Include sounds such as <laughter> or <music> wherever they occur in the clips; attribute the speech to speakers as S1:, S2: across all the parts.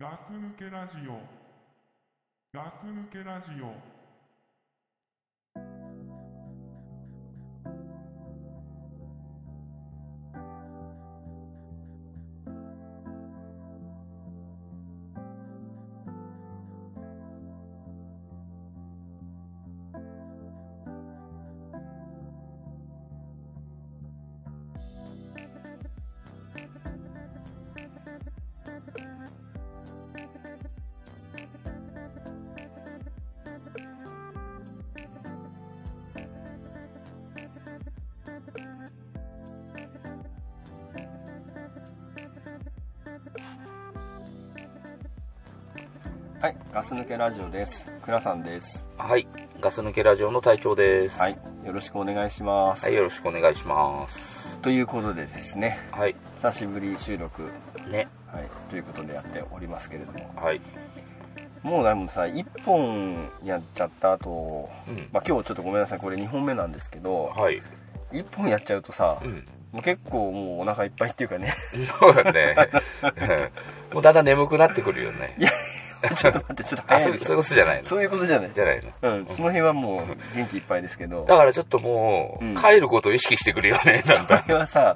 S1: ガス抜けラジオガス抜けラジオ
S2: はい、ガス抜けラジオです。くらさんです。
S3: はい、ガス抜けラジオの隊長です。、
S2: はいい、よろしくお願いします。
S3: よろしくお願いします。
S2: ということでですね、
S3: はい、
S2: 久しぶり収録、は
S3: ね、
S2: い、ということでやっておりますけれども、
S3: はい、
S2: もうでもさ、1本やっちゃった後、
S3: うん、
S2: まあ、今日ちょっとごめんなさい、これ2本目なんですけど、
S3: はい、
S2: 1本やっちゃうとさ
S3: う、ん、
S2: もう結構もうお腹いっぱいっていうかね、
S3: そうだね。 <laughs> うんもうだんだん眠くなってくるよね。
S2: <laughs> ちょっと待って、ちょっと
S3: あ、
S2: 早
S3: そ
S2: いうでし
S3: そういう
S2: ょ。
S3: ことじゃないの
S2: そういうことじゃない。
S3: じゃないの。
S2: うん、その辺はもう元気いっぱいですけど
S3: だ、からちょっともう、
S2: うん
S3: 帰ることを意識してくるよ
S2: <laughs>
S3: ね、だんだん。
S2: これはさ、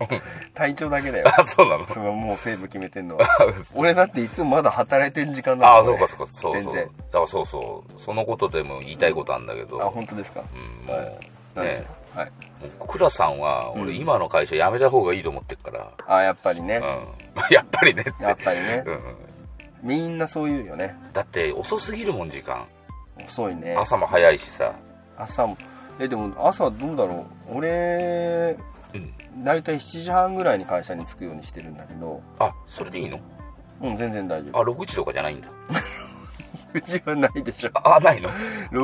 S2: 体調だけだよ。
S3: あ、そうなの
S2: それはもうセーブ決めてんのは。俺だっていつもまだ働いてる時間だ
S3: あ
S2: も
S3: あ、
S2: ん
S3: そう
S2: 俺
S3: か、そうか、そう
S2: 全
S3: そう。
S2: 然
S3: だからそうそう。そのことでも言いたいことあるんだけど、
S2: あ本当ですか
S3: うん、
S2: は
S3: もう、
S2: なんで
S3: ね、
S2: はい
S3: もう倉さんは、俺
S2: うん
S3: 今の会社辞めた方がいいと思ってるから、
S2: あやっぱりね
S3: うん。 <laughs> やっぱりねって。
S2: やっぱりね
S3: うん。
S2: みんなそう言うよね
S3: だって遅すぎるもん時間
S2: 遅いね
S3: 朝も早いしさ
S2: 朝もえでも朝どうだろう俺
S3: うん
S2: 大体7時半ぐらいに会社に着くようにしてるんだけど
S3: あそれでいいの
S2: うん全然大丈
S3: あ
S2: 夫
S3: 6時とかじゃないんだ
S2: 6時はない <laughs> でしょ
S3: ああないの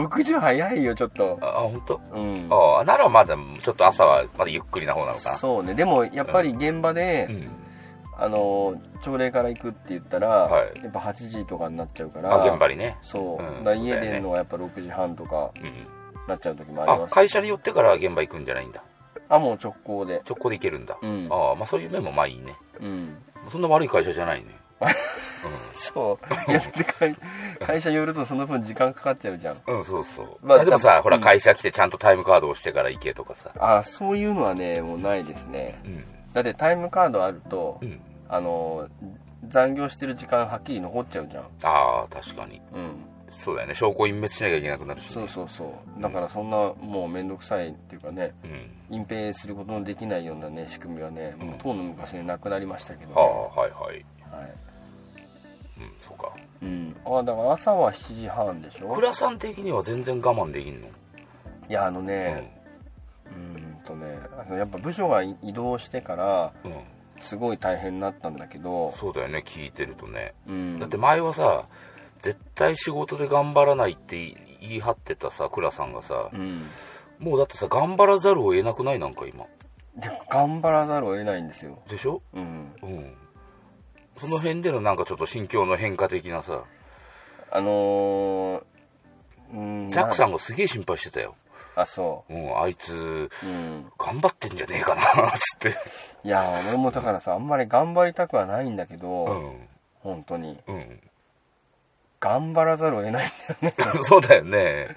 S2: 6時は早いよちょっと
S3: ああ本当
S2: うん
S3: あならまだちょっと朝はまだゆっくりな方なのかな
S2: そうねでもやっぱり現場
S3: う
S2: で、
S3: ん
S2: あの朝礼から行くって言ったら、
S3: はい
S2: やっぱ8時とかになっちゃうから
S3: あ現場にね
S2: そう、
S3: うん
S2: だから
S3: そうだ
S2: 家
S3: よね
S2: 出るのはやっぱ6時半とか
S3: うん
S2: なっちゃう時もあり
S3: あ
S2: ます
S3: 会社に寄ってから現場行くんじゃないんだ
S2: あもう直行で
S3: 直行で行けるんだ
S2: うん
S3: あまあそういう面もまあいいね <laughs>
S2: うん
S3: そんな悪い会社じゃないね
S2: そういやだって会会社寄るとその分時間かかっちゃうじゃん
S3: うん、うん、そうそう、
S2: まあ
S3: だけど
S2: 多
S3: さ
S2: 分
S3: ほら
S2: うん
S3: 会社来てちゃんとタイムカードをしてから行けとかさ
S2: あそういうのはねもうないですね
S3: うん
S2: だってタイムカードあると
S3: うん
S2: あの残業してる時間はっきり残っちゃうじゃん
S3: ああ確かに
S2: うん
S3: そうだよね証拠隠滅しなきゃいけなくなるしね、
S2: そうそうそうだからそんなもう面倒くさいっていうかね
S3: うん
S2: 隠蔽することのできないようなね仕組みはねもうとうの昔ねなくなりましたけど、ね
S3: ああはいはい
S2: はい
S3: うんそうか
S2: うん、あだから朝は7時半でしょ
S3: 倉さん的には全然我慢できんの、
S2: いやあのねうーんとねあのやっぱ部署が移動してから
S3: うん、うん、
S2: すごい大変になったんだけど、
S3: そうだよね聞いてるとね
S2: うん、
S3: だって前はさ絶対仕事で頑張らないって言い張ってたさ倉さんがさ
S2: うん
S3: もうだってさ頑張らざるを得なくないなんか今
S2: で頑張らざるを得ないんですよ、
S3: でしょ
S2: うん、
S3: うんその辺でのなんかちょっと心境の変化的なさ
S2: あのー、うん
S3: ジャックさ
S2: ん
S3: んがすげえ心配してたよ、
S2: あそ
S3: うん、あいつ
S2: う、うん、
S3: 頑張ってんじゃねえかな <laughs> つって
S2: いや俺もだからさあんまり頑張りたくはないんだけど、
S3: うん
S2: 本当に
S3: うん <laughs>
S2: 頑張らざるを得ない
S3: そうだよね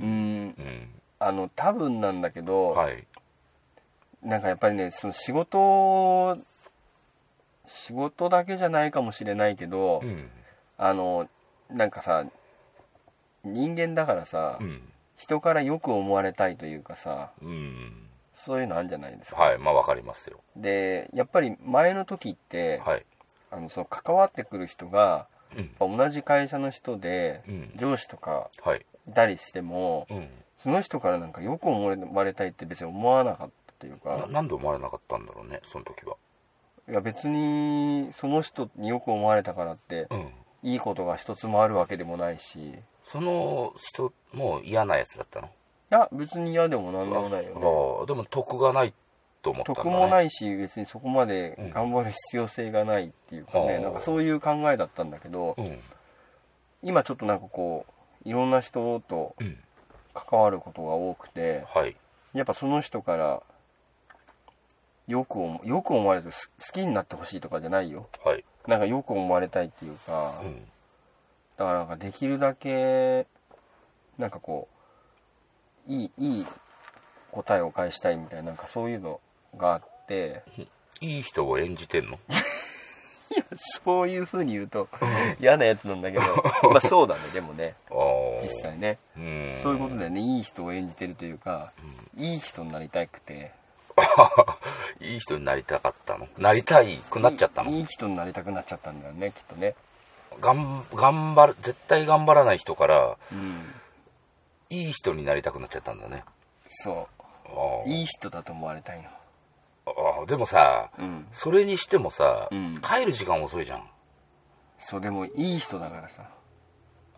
S2: うん
S3: うん
S2: あの多分なんだけど、
S3: はい
S2: なんかやっぱりねその仕事仕事だけじゃないかもしれないけど、
S3: うん
S2: あのなんかさ人間だからさ、
S3: うん
S2: 人からよく思われたいというかさ
S3: うん
S2: そういうのあるじゃないですか、
S3: はい、まあわかりますよ。
S2: でやっぱり前の時って、
S3: はい。
S2: あのその関わってくる人が
S3: うん。
S2: やっぱ同じ会社の人で
S3: うん。
S2: 上司とか
S3: はい。
S2: いたりしても
S3: うん。
S2: その人からなんかよく思われたいって別に思わなかったという
S3: な
S2: か
S3: なんで思われなかったんだろうね、その時は。
S2: いや別にその人によく思われたからって
S3: うん。
S2: いいことが一つもあるわけでもないしい
S3: その人も嫌なやつだったの
S2: や別に嫌でもなんでもないよね
S3: ああ、でも得がないと思ったんだ、
S2: 得
S3: ね。。
S2: もないいし別にそこまで頑張る必要性がないっていうかね、
S3: うん
S2: なんかそういう考えだったんだけど
S3: うん。
S2: 今ちょっとなんかこういろんな人と
S3: うん。
S2: 関わることが多くて
S3: はい。
S2: やっぱその人からよく思よく思われるす好きになってほしいとかじゃないよ
S3: はい。
S2: なんかよく思われたいっていうか、
S3: うん
S2: だからなんかできるだけなんかこういいいい答えを返したいみたいななんかそういうのがあって
S3: いい人を演じてんの
S2: そういう風に言うと嫌なやつなんだけど
S3: <laughs>
S2: まあそうだねでもね
S3: ああ
S2: 実際ね
S3: うん
S2: そういうことだよねいい人を演じてるというかいい人になりたくて
S3: <laughs> いい人になりたかったのなりたいくなっちゃったの
S2: いいい人になりたくなっちゃったんだよねきっとね
S3: がん頑張る絶対頑張らない人から
S2: うん
S3: いい人になりたくなっちゃったんだね
S2: そ
S3: ああ
S2: ういい人だと思われたいの
S3: ああでもさ
S2: うん
S3: それにしてもさ、
S2: うん
S3: 帰る時間遅いじゃん
S2: そうでもいい人だからさ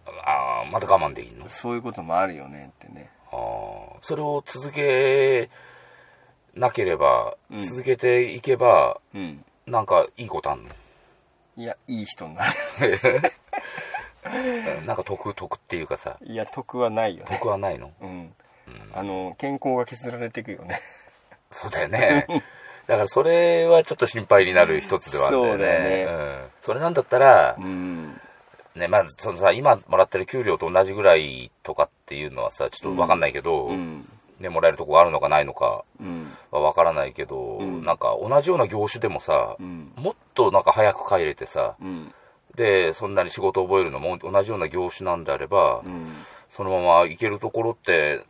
S3: ああまた我慢できんの
S2: そういうこともあるよねってね
S3: ああそれを続けなければ、
S2: うん
S3: 続けていけば
S2: うん
S3: なんかいいことあんの
S2: いやいい人になる <laughs>
S3: なんか得得っていうかさ
S2: いや得はないよね
S3: 得はないの
S2: うんあの健康が削られていくよね
S3: そうだ
S2: <laughs>
S3: よねだからそれはちょっと心配になる一つではあるんだよね
S2: そうだ
S3: うん、それなんだったら、
S2: ん
S3: ねまあ、そのさ今もらってる給料と同じぐらいとかっていうのはさちょっと分かんないけど、
S2: うん
S3: ね、もらえるとこがあるのかないのか
S2: うん
S3: は分からないけど、
S2: うん
S3: なんか同じような業種でもさ、
S2: うん
S3: もっとなんか早く帰れてさ
S2: うん
S3: でそんなに仕事を覚えるのも同じような業種なんであれば、
S2: うん
S3: そのまま行けるところって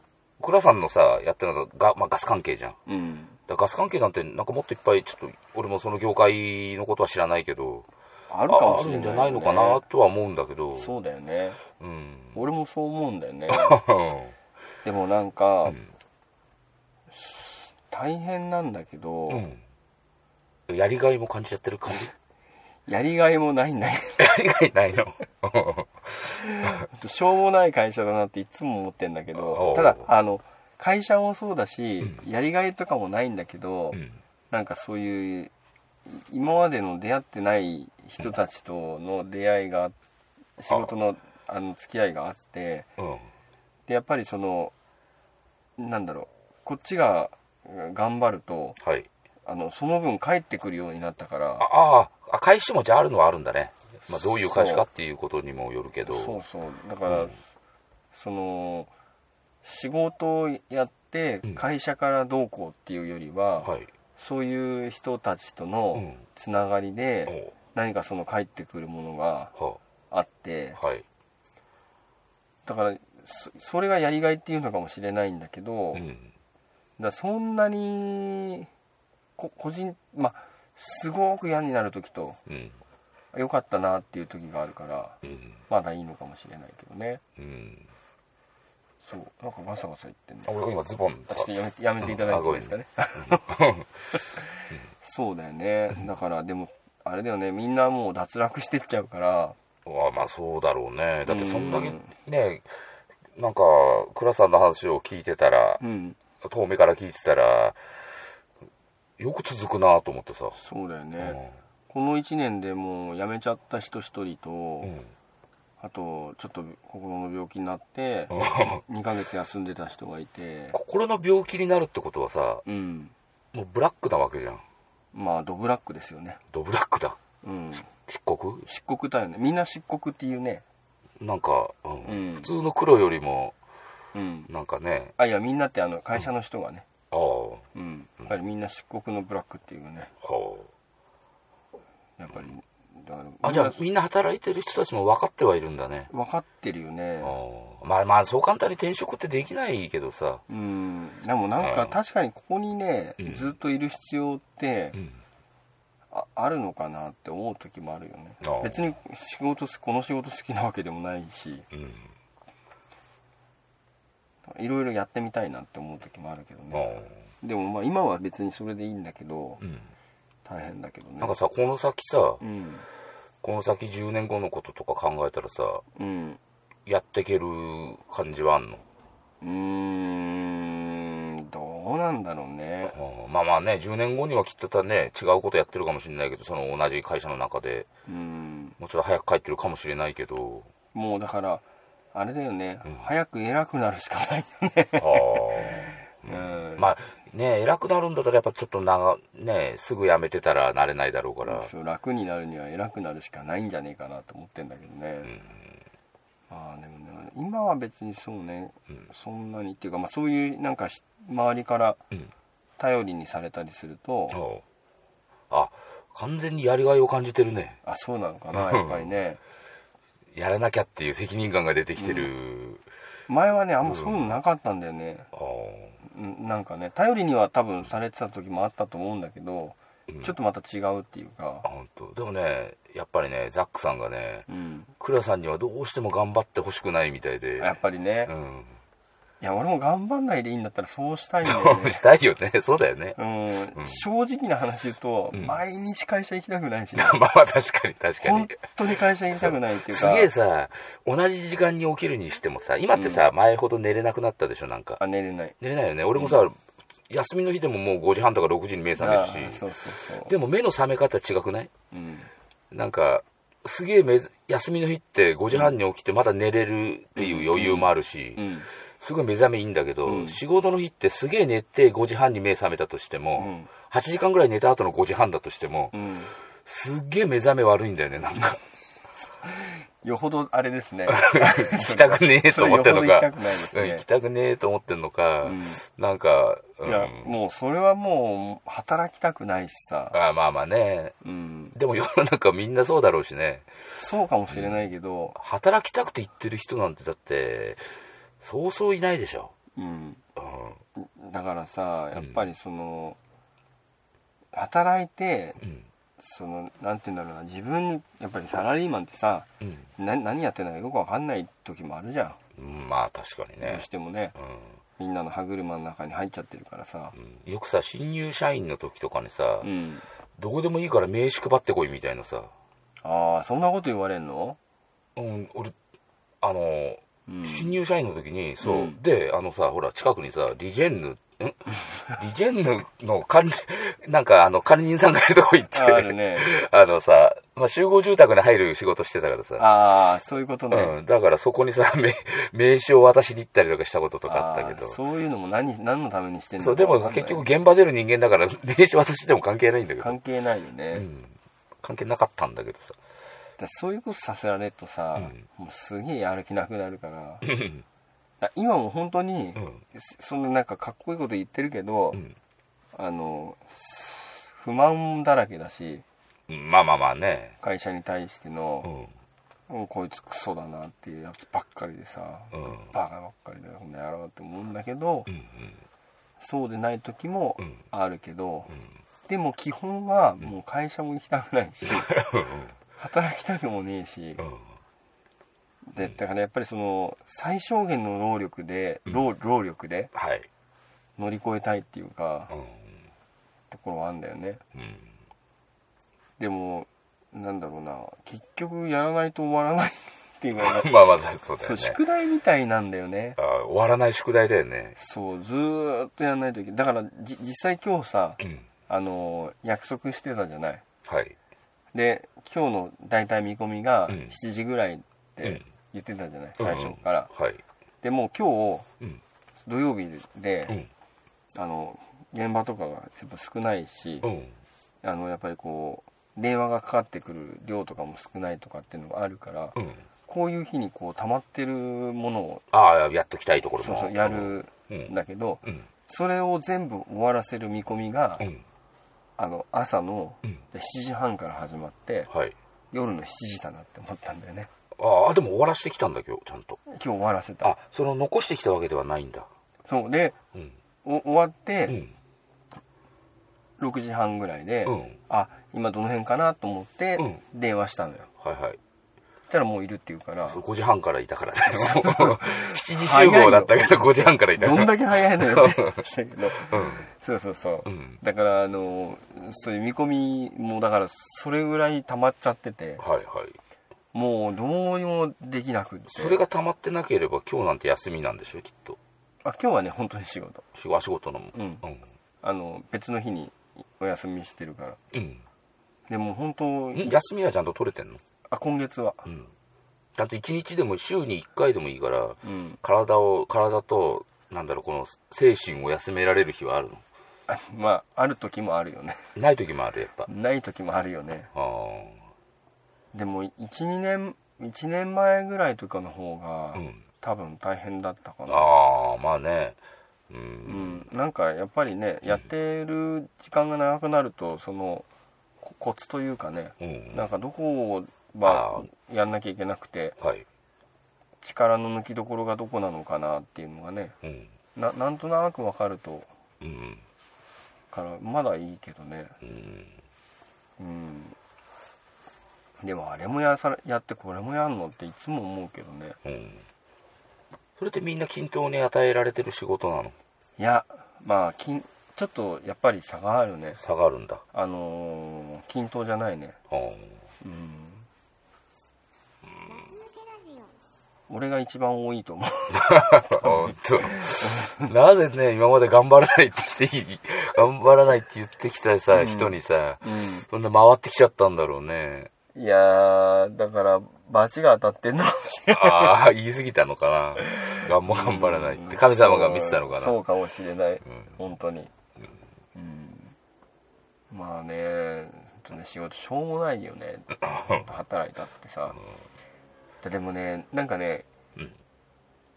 S3: 倉さんのさやってるのが、まあ、ガス関係じゃん
S2: うん
S3: だからガス関係なんてなんかもっといっぱいちょっと俺もその業界のことは知らないけど
S2: あ
S3: あ
S2: るかもしれないよ
S3: ある
S2: ね
S3: んじゃないのかなとは思うんだけど
S2: そうだよね
S3: うん
S2: 俺もそう思うんだよね
S3: う
S2: でもなんか、
S3: ん
S2: 大変なんだけど、
S3: うんやりがいも感じちゃってる感じ <laughs>
S2: やりがいもないんだけ
S3: やりがいない
S2: <laughs>
S3: の
S2: ど <laughs> しょうもない会社だなっていつも思ってんだけど
S3: おう
S2: ただあの会社もそうだし、
S3: う
S2: やりがいとかもないんだけど、
S3: うん
S2: なんかそういうい今までの出会ってない人たちとの出会いが仕事のあの付き合いがあって
S3: うん
S2: でやっぱりそのなんだろうこっちがうん頑張ると
S3: はい
S2: あのその分帰ってくるようになったか
S3: あ
S2: ら
S3: ああ返しもじゃああるのはあるんだね、まあ、どういう返しかっていうことにもよるけど
S2: そうそうだから、
S3: うん
S2: その仕事をやって
S3: うん
S2: 会社からどうこうっていうよりは、
S3: はい、
S2: そういう人たちと
S3: う
S2: の
S3: ん
S2: つながりで、
S3: お
S2: 何かその帰ってくるものが
S3: は
S2: あって
S3: はい
S2: だからそそれがやりがいっていうのかもしれないんだけど、
S3: う
S2: だか
S3: ん
S2: らそんなにこ個人まあすごく嫌になる時と
S3: うん
S2: 良かったなっていう時があるから
S3: うん
S2: まだいいのかもしれないけどね
S3: うん
S2: そうなんかガサガサ言ってん
S3: あ
S2: の
S3: 俺が今ズボン
S2: あちょっとやめやめていただいていいですかね、 <laughs> そうだよねだからでもあれだよねみんなもう脱落してっちゃうから
S3: あまあそうだろうねだってそんだけ
S2: うん
S3: ねなんか倉さんの話を聞いてたら
S2: うん
S3: 遠目から聞いてたらよく続くなと思ってさ、
S2: そうだよね、
S3: う
S2: この1年でもう辞めちゃった人一人と、
S3: ん <laughs> うん、
S2: あとちょっと心の病気になって2ヶ月休んでた人がいて
S3: 心の病気になるってことはさ
S2: うん
S3: もうブラックなわけじゃん
S2: まあドブラックですよね
S3: ドブラックだ
S2: うん
S3: 漆黒
S2: 漆黒だよねみんな漆黒っていうね
S3: なんか、うん
S2: うん
S3: 普通の黒よりも
S2: うん
S3: なんかね
S2: あいやみんなってあの会社の人がね
S3: ああは
S2: うんやっぱりみんな漆黒のブラックっていうねやっぱりだから
S3: ああじゃあみんな働いてる人たちも分かってはいるんだね
S2: 分かってるよね
S3: あまあまあそう簡単に転職ってできないけどさ、
S2: うんでもなんか確かにここにね
S3: うん
S2: ずっといる必要って
S3: ん、
S2: ああるのかなって思う時もあるよね
S3: ああ
S2: 別に仕事すこの仕事好きなわけでもないし
S3: うん
S2: いろいろやってみたいなって思う時もあるけど
S3: あ
S2: ねでもまあ今は別にそれでいいんだけど
S3: うん、
S2: 大変だけどね
S3: なんかさこの先さ
S2: うん
S3: この先10年後のこととか考えたらさ
S2: うん
S3: やっていける感じはあんの
S2: うーんどうなんだろうね
S3: あまあまあね10年後にはきっとたね違うことやってるかもしれないけどその同じ会社の中で
S2: うん
S3: もうちょっと早く帰ってるかもしれないけど
S2: もうだからあれだよね、
S3: うん
S2: 早く偉くなるしかないよね
S3: ああ、うん
S2: うん
S3: まあねえ偉くなるんだったらやっぱちょっと長、ねえすぐ辞めてたらなれないだろうから。
S2: そう楽になるには偉くなるしかないんじゃねえかなと思ってんだけどね、
S3: うん
S2: まあでもね今は別にそうね、
S3: うん
S2: そんなにっていうか、まあ、そういうなんかし周りから
S3: うん
S2: 頼りにされたりすると、
S3: おうあ、完全にやりがいを感じてるね。
S2: あそうなのかなやっぱりね
S3: やらなきゃっていう責任感が出てきてる。
S2: 前はねあんまそういうのなかったんだよね、
S3: あー
S2: うんなんかね頼りには多分されてた時もあったと思うんだけど、
S3: うん
S2: ちょっとまた違うっていうか
S3: あ、本当。でもね、やっぱりね、ザックさんがね、
S2: うん
S3: クラさんにはどうしても頑張ってほしくないみたいで。
S2: やっぱりね、
S3: う
S2: い
S3: ん。 <laughs>
S2: や俺も頑張んないでいいんだったらそうしたいんだよ
S3: そう
S2: ね
S3: したいよね。そうだよね。 <laughs>
S2: う、
S3: うんん
S2: 正直な話言うと、
S3: うん
S2: 毎日会社行きたくないし、ね、
S3: まあまあ <laughs> 確かに確か
S2: 本
S3: に。
S2: 当に会社行きたくないっていう
S3: す
S2: か
S3: げえさ、同じ時間に起きるにしてもさ、今ってさ、前ほど寝れなくなったでしょ、なんか。
S2: あ寝れない
S3: 寝れないよね。俺もさ、休みの日でももう5時半とか6時に目覚
S2: あ
S3: め
S2: ー
S3: るし
S2: そ。うそうそう
S3: でも目の覚め方違くない
S2: うん、
S3: なんか、すげえめず休みの日って5時半に起きてまだ寝れるっていう余裕もあるし、
S2: うん
S3: すごい目覚めいいんだけど、
S2: うん
S3: 仕事の日ってすげえ寝て5時半に目覚めたとして
S2: う
S3: も、
S2: ん
S3: 8時間ぐらい寝た後の5時半だとしても、
S2: うん、
S3: すっげえ目覚め悪いんだよね、な
S2: <laughs>
S3: んか。
S2: よほどあれです
S3: <laughs>
S2: ね
S3: 行きたくねえと思ってんの
S2: そうよほど行きた
S3: か
S2: く。ないです
S3: うん行
S2: ね
S3: き、たくねえと思ってんのか、
S2: うん
S3: なんか、うん
S2: いやもうそれはもう働きたくないしさ、
S3: あまあまあね、
S2: うん、
S3: でも世の中みんなそうだろうしね、
S2: そうかもしれないけど、
S3: 働きたくて行ってる人なんて、だって、そうそういないでしょ。
S2: うん、
S3: うん
S2: だからさやっぱりその、働いて
S3: うん
S2: そのなんて言うんだろうな自分にやっぱりサラリーマンってさ
S3: うん
S2: な何やってんのかよくわかんない時もあるじゃ
S3: うん、まあ確かに
S2: ん、ど
S3: ね
S2: うし、てもね
S3: う
S2: みんなの歯車の中に入っちゃってるからさ
S3: んうん、よくさ新入社員の時とかにさ、
S2: うん
S3: どこでもいいから名刺配ってこいみたいなさ、
S2: ああそんなこと言われんの、
S3: うん、俺あの、
S2: うん、
S3: 新入社員の時にそう、
S2: うん
S3: であのさほら近くにさリジェンヌん <laughs> リジェンヌの管理なんかあの管理人さんがいるとこ行って
S2: ああるね
S3: <laughs> あのさ、まあ、集合住宅に入る仕事してたからさ、
S2: ああそういうことね、
S3: うん、だからそこにさ名 <laughs> 名刺を渡しに行ったりとかしたこととかあ
S2: あ
S3: ったけど
S2: ーそういうのも何何のためにしてんの
S3: そう、で
S2: かわ
S3: も
S2: かんない
S3: 結局現場出る人間だから、 <laughs> 名刺渡しても関係ないんだけど。
S2: 関係ないよ
S3: う
S2: ね、
S3: ん関係なかったんだけどさ。
S2: だからそういうことさせられるとさ、もうすげえやる気なくなるから
S3: うん。
S2: あ今も本当に、
S3: うん
S2: そんななんかかっこいいこと言ってるけど、
S3: うん
S2: あの不満だらけだし
S3: うん。まあまあまあね。
S2: 会社に対して
S3: う
S2: の、
S3: ん。
S2: うんこいつクソだなっていうやつばっかりでさ、
S3: うん。
S2: バカばっかりだよこの野郎って思うんだけど、
S3: うん。
S2: そうでない時も
S3: うん。
S2: あるけど、
S3: うん。
S2: でも基本はもう会社も行きたくないし、
S3: うん
S2: 働きたくもねえし、
S3: うん。
S2: でだからやっぱりその最小限の労力で、
S3: うん
S2: 労労力で
S3: はい。
S2: 乗り越えたいっていうか、
S3: うん。
S2: ところはあるんだよね
S3: うん。
S2: でもなんだろうな結局やらないと終わらないっていうの
S3: <laughs>
S2: が
S3: まあまあ、そうだ
S2: そう
S3: よね。
S2: 宿題みたいなんだよね
S3: あー終わらない宿題だよね。
S2: そうずーっとやらないといけないだからじ実際今日さ
S3: うん。
S2: あのー約束してたじゃない
S3: はい。
S2: で今日の大体見込みが
S3: うん
S2: 7時ぐらいっ
S3: う
S2: て
S3: ん
S2: 言ってたじゃない、
S3: うん
S2: 最初から、
S3: はい。
S2: でもう今
S3: うん。
S2: 日土曜日
S3: う
S2: で、
S3: ん。
S2: あの現場とかがやっぱ少ないし、
S3: うん。
S2: あのやっぱりこう電話がかかってくる量とかも少ないとかっていうのがあるから、
S3: うん。
S2: こういう日にこう溜まってるものを
S3: ああ、やっときたいところ
S2: そう
S3: も。
S2: そうやる
S3: うんん。
S2: だけど、
S3: うん。
S2: それを全部終わらせる見込みが、
S3: うん。
S2: あの朝の
S3: うん。
S2: 7時半から始まって
S3: はい。
S2: 夜の7時だなって思ったんだよね
S3: ああ、でも終わらしてきたんだ、今日、ちゃんと。
S2: 今日終わらせた
S3: あ、その残してきたわけではないんだ。
S2: そうで
S3: うん。
S2: お終わっ
S3: う
S2: て
S3: ん。
S2: 6時半ぐらいで、
S3: うん。
S2: あ今どの辺かなと思って
S3: うん
S2: 電話したのよ、
S3: はいはい。
S2: そしたらもういるって言うから
S3: そう5時半からいたからね。7時 <laughs> 集合だったけど、5時半からいたか
S2: ど
S3: ら。
S2: んだけ早いのよって
S3: <laughs>
S2: 話したけどそうそうそう、
S3: うん。うん。
S2: だからあのそういう見込みもだからそれぐらい溜まっちゃってて
S3: はいはい。
S2: もうどうにもできなくって
S3: それが溜まってなければ、今日なんて休みなんでしょ、きっと。
S2: あ今日はね本当に仕事
S3: 仕仕事のも。
S2: うん
S3: うん。
S2: あの別の日にお休みしてるから
S3: うん。
S2: でも本当
S3: ん休みはちゃんと取れてんの
S2: あ今月は
S3: うん。ちゃんと1日でも、週に1回でもいいから、
S2: うん <laughs>
S3: 体を、体と、なんだろう、この精神を休められる日はあるの。
S2: まあある時もあるよね
S3: ない時もある、やっぱ。
S2: ない時もあるよね
S3: あー
S2: でも12年1年前ぐらいとかの方が、
S3: うん
S2: 多分大変だったかな
S3: あー、まあね。う。
S2: うんん、なんかやっぱりねやってる時間が長くなるとそのココツというかね
S3: うん。
S2: なんかどこを
S3: あ
S2: ばやんなきゃいけなくて
S3: はい。
S2: 力の抜きどころがどこなのかなっていうのがね
S3: うん。
S2: ななんとなく分かると
S3: うん。
S2: からまだいいけどね
S3: うん。
S2: うんでもあれもやされやってこれもやんのっていつも思うけどね
S3: うん。それってみんな均等に与えられてる仕事なの
S2: いやまあきんちょっとやっぱり差があるね
S3: 差があるんだ。
S2: あのー均等じゃないね
S3: あー
S2: うん俺が一番多いと思う
S3: あーっとなぜね、今まで頑張らないって言っていい、頑張らないって言ってきたさ、
S2: うん
S3: 人にさ、
S2: うん
S3: そんな回ってきちゃったんだろうね。
S2: いやーだから罰が当たってんのかもしれない <laughs>
S3: ああ、言い過ぎたのかな。頑も頑張らないって。神様が見てたのかな。
S2: そうそうかもしれない、
S3: うん
S2: 本当に、うん、まあねほんとね仕事しょうもないよ
S3: <laughs>
S2: ね働いたってさ、ででもねなんかね、
S3: うん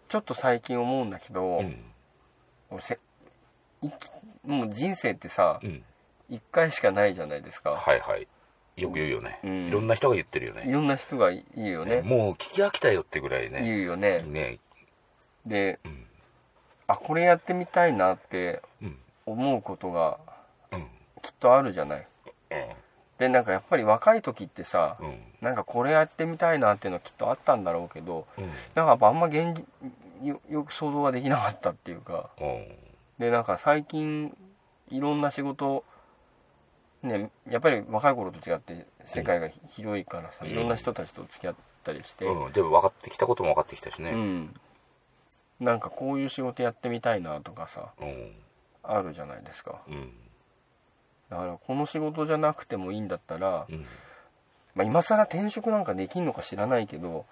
S2: ちょっと最近思うんだけど、
S3: うん。
S2: 俺せ生きもう人生ってさ
S3: うん。
S2: 一回しかないじゃないですか、
S3: はいはい。よく言うよね。
S2: うん
S3: いろんな人が言ってるよ
S2: い
S3: ね。
S2: ろんな人がいるよね
S3: もう聞き飽きたよってぐらいね。
S2: 言うよね
S3: ね。
S2: で、
S3: うん
S2: あこれやってみたいなって
S3: うん。
S2: 思うことが
S3: うん。
S2: きっとあるじゃないでなんかやっぱり若い時ってさ、
S3: うん。
S2: なんかこれやってみたいなっていうのはきっとあったんだろうけど
S3: うん。
S2: なんかやっぱあんま現実よよく想像ができなかったっていうか
S3: うん。
S2: でなんか最近いろんな仕事ねやっぱり若い頃と違って世界が広いからさ、
S3: うん
S2: いろんな人たちと付き合ったりして、
S3: うん。でも分かってきたことも分かってきたし
S2: う
S3: ね。
S2: んなんかこういう仕事やってみたいなとかさ
S3: うん。
S2: あるじゃないですか
S3: うん。
S2: だからこの仕事じゃなくてもいいんだったら、
S3: うん。
S2: まあ、今更転職なんかできんのか知らないけど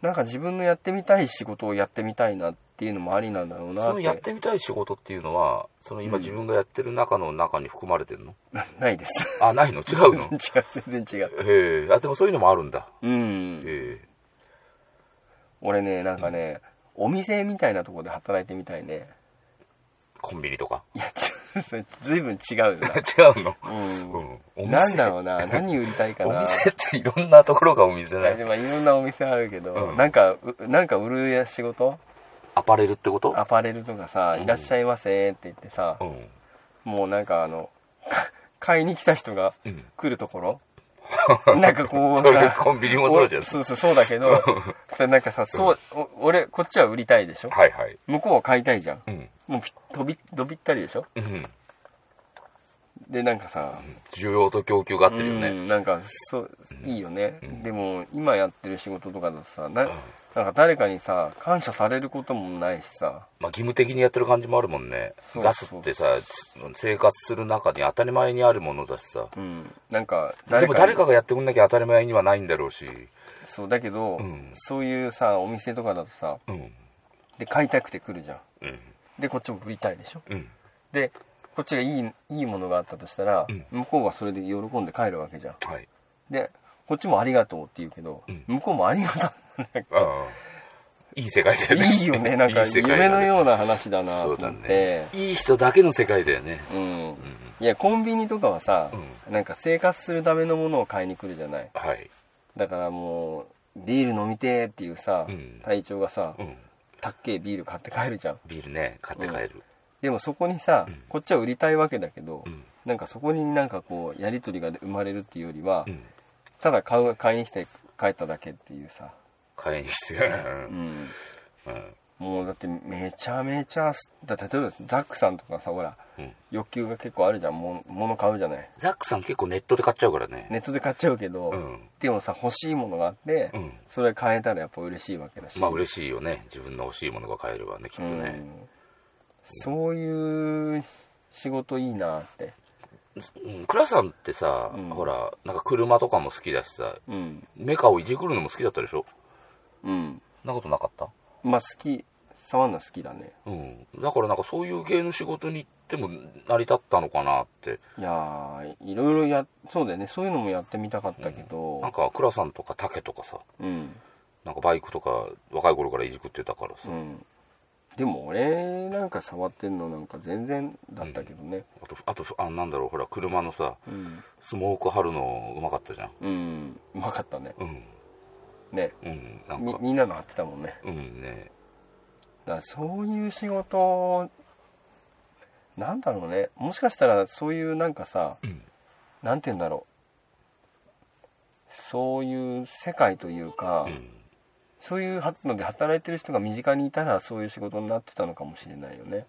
S2: なんか自分のやってみたい仕事をやってみたいなっていうのもありなんだろうな
S3: そ
S2: っ
S3: の
S2: て
S3: やってみたい仕事っていうのは、その今
S2: うん
S3: 自分がやってる中の中に含まれてるの
S2: ないです
S3: あ、ないの違うの
S2: <laughs> 全 <laughs> 然違う全然違う
S3: へえ。あ、でもそういうのもあるんだ。
S2: うん
S3: へ
S2: 俺ねなんかね、お店みたいなとこで働いてみたいね
S3: え。コンビニとか。 <laughs>
S2: いやちょそれ随分違うな
S3: 違うの
S2: うん、
S3: うん。お店
S2: なんだろうな何売りたいか
S3: お
S2: な
S3: 店っていろんなところがお店だ
S2: で <laughs>
S3: よ。
S2: もいろんなお店あるけど、
S3: うん
S2: なんかうなんか売る仕事
S3: アパレルってこと
S2: アパレルとかさ「
S3: うん
S2: いらっしゃいませ」って言ってさ
S3: う、ん。
S2: もうなんかあの <laughs> か買いに来た人が
S3: うん。
S2: 来るとこ
S3: <laughs>
S2: ろなんかこう
S3: それ
S2: さ
S3: コンビニもそうじゃん
S2: お。そうそうそうだけ
S3: <laughs>
S2: どそれなんかさそう、お俺こっちは売りたいでしょ
S3: はいはい。
S2: 向こうは買いたいじゃん
S3: うん。
S2: もうぴ飛びどびったりでしょ
S3: うん。
S2: でなんかさ
S3: 需要と供給が合ってるよ
S2: う
S3: ね。
S2: んなんかそういいよね、
S3: うん
S2: でも今やってる仕事とかだとさな
S3: うん
S2: なんか誰かにさ感謝されることもないしさ
S3: まあ、義務的にやってる感じもあるもんね。
S2: そう
S3: ガスってさ、生活する中に当たり前にあるものだしさ。
S2: うんなんか
S3: でも誰か
S2: が
S3: がやってくんなきゃ当たり前にはないんだろうし。
S2: そうだけど、
S3: うん
S2: そういうさお店とかだとさ
S3: うん。
S2: で買いたくて来るじゃん
S3: うん。
S2: でこっちも売りたいでしょ
S3: うん。
S2: でこっちがいいいいものがあったとしたら、
S3: うん
S2: 向こうはそれで喜んで帰るわけじゃん
S3: はい。
S2: でこっちもありがとうって言うけど、
S3: うん
S2: 向こうもありがとうなんか
S3: ああ。いい世界だよね。 <laughs>
S2: いいよねなんか
S3: いい世界だね
S2: 夢のような話だなと
S3: そう
S2: 思
S3: だ
S2: って
S3: ね。いい人だけの世界だよね。
S2: うん、いやコンビニとかはさ、
S3: う
S2: なんか生活するためのものを買いに来るじゃない
S3: はい。
S2: だからもうビール飲みてーっていうさ、
S3: うん
S2: 隊長がさ、
S3: うん。
S2: たっけえビール買って帰るじゃん
S3: ビールね、買って帰る。
S2: でもそこにさ、
S3: うん
S2: こっちは売りたいわけだけど、
S3: うん。
S2: なんかそこになんかこうやり取りが生まれるっていうよりは、
S3: うん。
S2: ただ買う買いに来て帰っただけっていうさ、
S3: 買いに来て。う。
S2: うんん、
S3: うん。
S2: もうだってめちゃめちゃだ例えばザックさんとかさほら
S3: うん
S2: 欲求が結構あるじゃんも物買うじゃない
S3: ザックさん結構ネットで買っちゃうからね。
S2: ネットで買っちゃうけど、
S3: うん。
S2: でもさ欲しいものがあって、
S3: うん。
S2: それ買えたらやっぱ嬉しいわけだし、
S3: まあ嬉しいよね。自分の欲しいものが買えればね、きっと
S2: うん
S3: ね。
S2: そういう仕事いいなって
S3: うん。倉さんってさ、
S2: うん
S3: ほら、なんか車とかも好きだしさ、
S2: うん
S3: メカをいじくるのも好きだったでしょ
S2: うん
S3: そんなことなかった
S2: まあ好き触るの好きだね
S3: うん、だからなんかそういう系の仕事に行っても成り立ったのかなって
S2: いやーいろいろやそうだよねそういうのもやってみたかったけど
S3: なんか倉さんとか竹とかさ
S2: うん
S3: なんかバイクとか若い頃からいじくってたからさ、
S2: うんでも俺なんか触ってんのなんか全然だったけどね
S3: あとあとあなんだろうほら車のさ
S2: うん、
S3: スモーク貼るのうまかったじゃん
S2: うん、うまかったね
S3: うん
S2: ね
S3: うんなん
S2: み
S3: か
S2: みんなの合ってたもんね
S3: うんね
S2: だからそういう仕事なんだろうねもしかしたらそういうなんかさ、
S3: うん
S2: なんて言うんだろうそういう世界というか、
S3: うん
S2: そういうはので働いてる人が身近にいたらそういう仕事になってたのかもしれないよね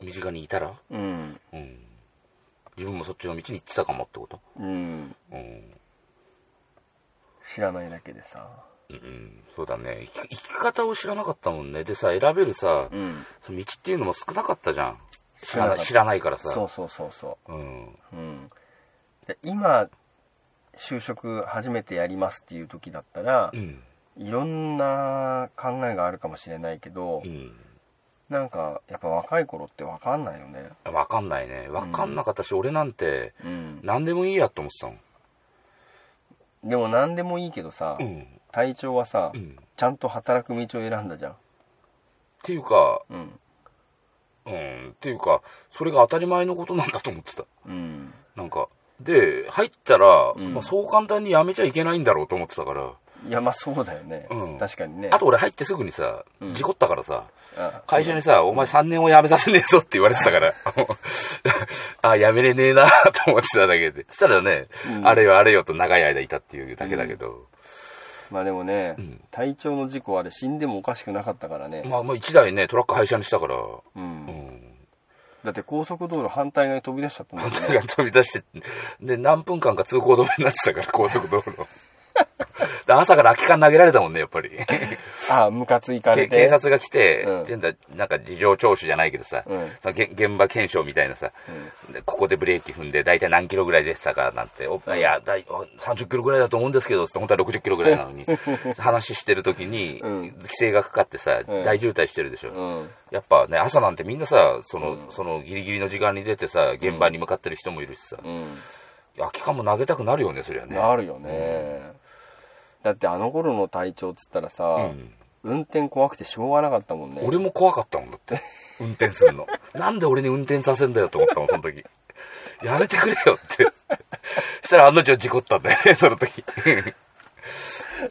S3: 身近にいたら
S2: うん
S3: うん自分もそっちの道に行ってたかもってこと
S2: うん
S3: うん
S2: 知らないだけでさ
S3: うん、そうだね生き生き方を知らなかったもんねでさ選べるさ、
S2: うん
S3: その道っていうのも少なかったじゃん知ら
S2: なか
S3: な
S2: った
S3: 知らないからさ
S2: そうそうそうそ
S3: うん
S2: ううんで今就職初めてやりますっていう時だったら
S3: う、ん
S2: いろんな考えがあるかもしれないけど、
S3: うん
S2: なんかやっぱ若い頃って分かんないよね
S3: 分かんないね分かんなかったし、俺なんて
S2: うん
S3: 何でもいいやと思ってたもん
S2: でも何でもいいけどさ、
S3: うん、
S2: 体調はさ、
S3: うん、っ
S2: ちゃんと働く道を選んだじゃん
S3: ていうか
S2: うん
S3: うんっていうかそれが当たり前のことなんだと思ってた
S2: うん
S3: なんかで入ったら、
S2: うん
S3: まあ、そう簡単に辞めちゃいけないんだろうと思ってたから
S2: いやまあそうだよね、
S3: うん
S2: 確かにね
S3: あと俺入ってすぐにさ、
S2: うん
S3: 事故ったからさ
S2: あ
S3: 会社にさ、お前3年を辞めさせねえぞって言われてたから、 <laughs> あ、辞めれねえなと思ってただけで。そしたらね、
S2: うん
S3: あれよあれよと長い間いたっていうだけだけど、
S2: まあでもね、
S3: うん
S2: 体調の事故あれ死んでもおかしくなかったからね、
S3: まあまあ1台ね、トラック廃車にしたから、
S2: う、
S3: うんん。 <laughs>
S2: だって高速道路反対側に飛び出しちゃったんだもんね
S3: が飛び出して、で、何分間か通行止めになってたから、高速道路。 <laughs> で朝から空き缶投げられたもんね、やっぱり。
S2: あ <laughs> あムカついかれ
S3: け
S2: て
S3: 警察が来て、
S2: うん
S3: 全然なんか事情聴取じゃないけどさ、
S2: うん
S3: その現現場検証みたいなさ、でここでブレーキ踏んで、大体何キロぐらいでしたかなんて、お
S2: うん
S3: いや、だいお30キロぐらいだと思うんですけど、つって本当は60キロぐらいなのに、話してる時に、
S2: うん
S3: 規制がかかってさ、
S2: うん
S3: 大渋滞してるでしょ。
S2: うん
S3: やっぱね、朝なんてみんなさ、そ
S2: う
S3: の、
S2: ん
S3: そのギリギリの時間に出てさ、現場に向かってる人もいるしさ、
S2: うん
S3: 空き缶も投げたくなるよね、そりゃね。
S2: なるよね、だってあの頃の体調っつったらさ、
S3: うん。
S2: 運転怖くてしょうがなかったもんね
S3: 俺も怖かったもんだって、運転する <laughs> の。なんで俺に運転させんだよと思ったもん、その時。やめてくれよって。したら案の定事故ったんだよ <laughs> ね、その時。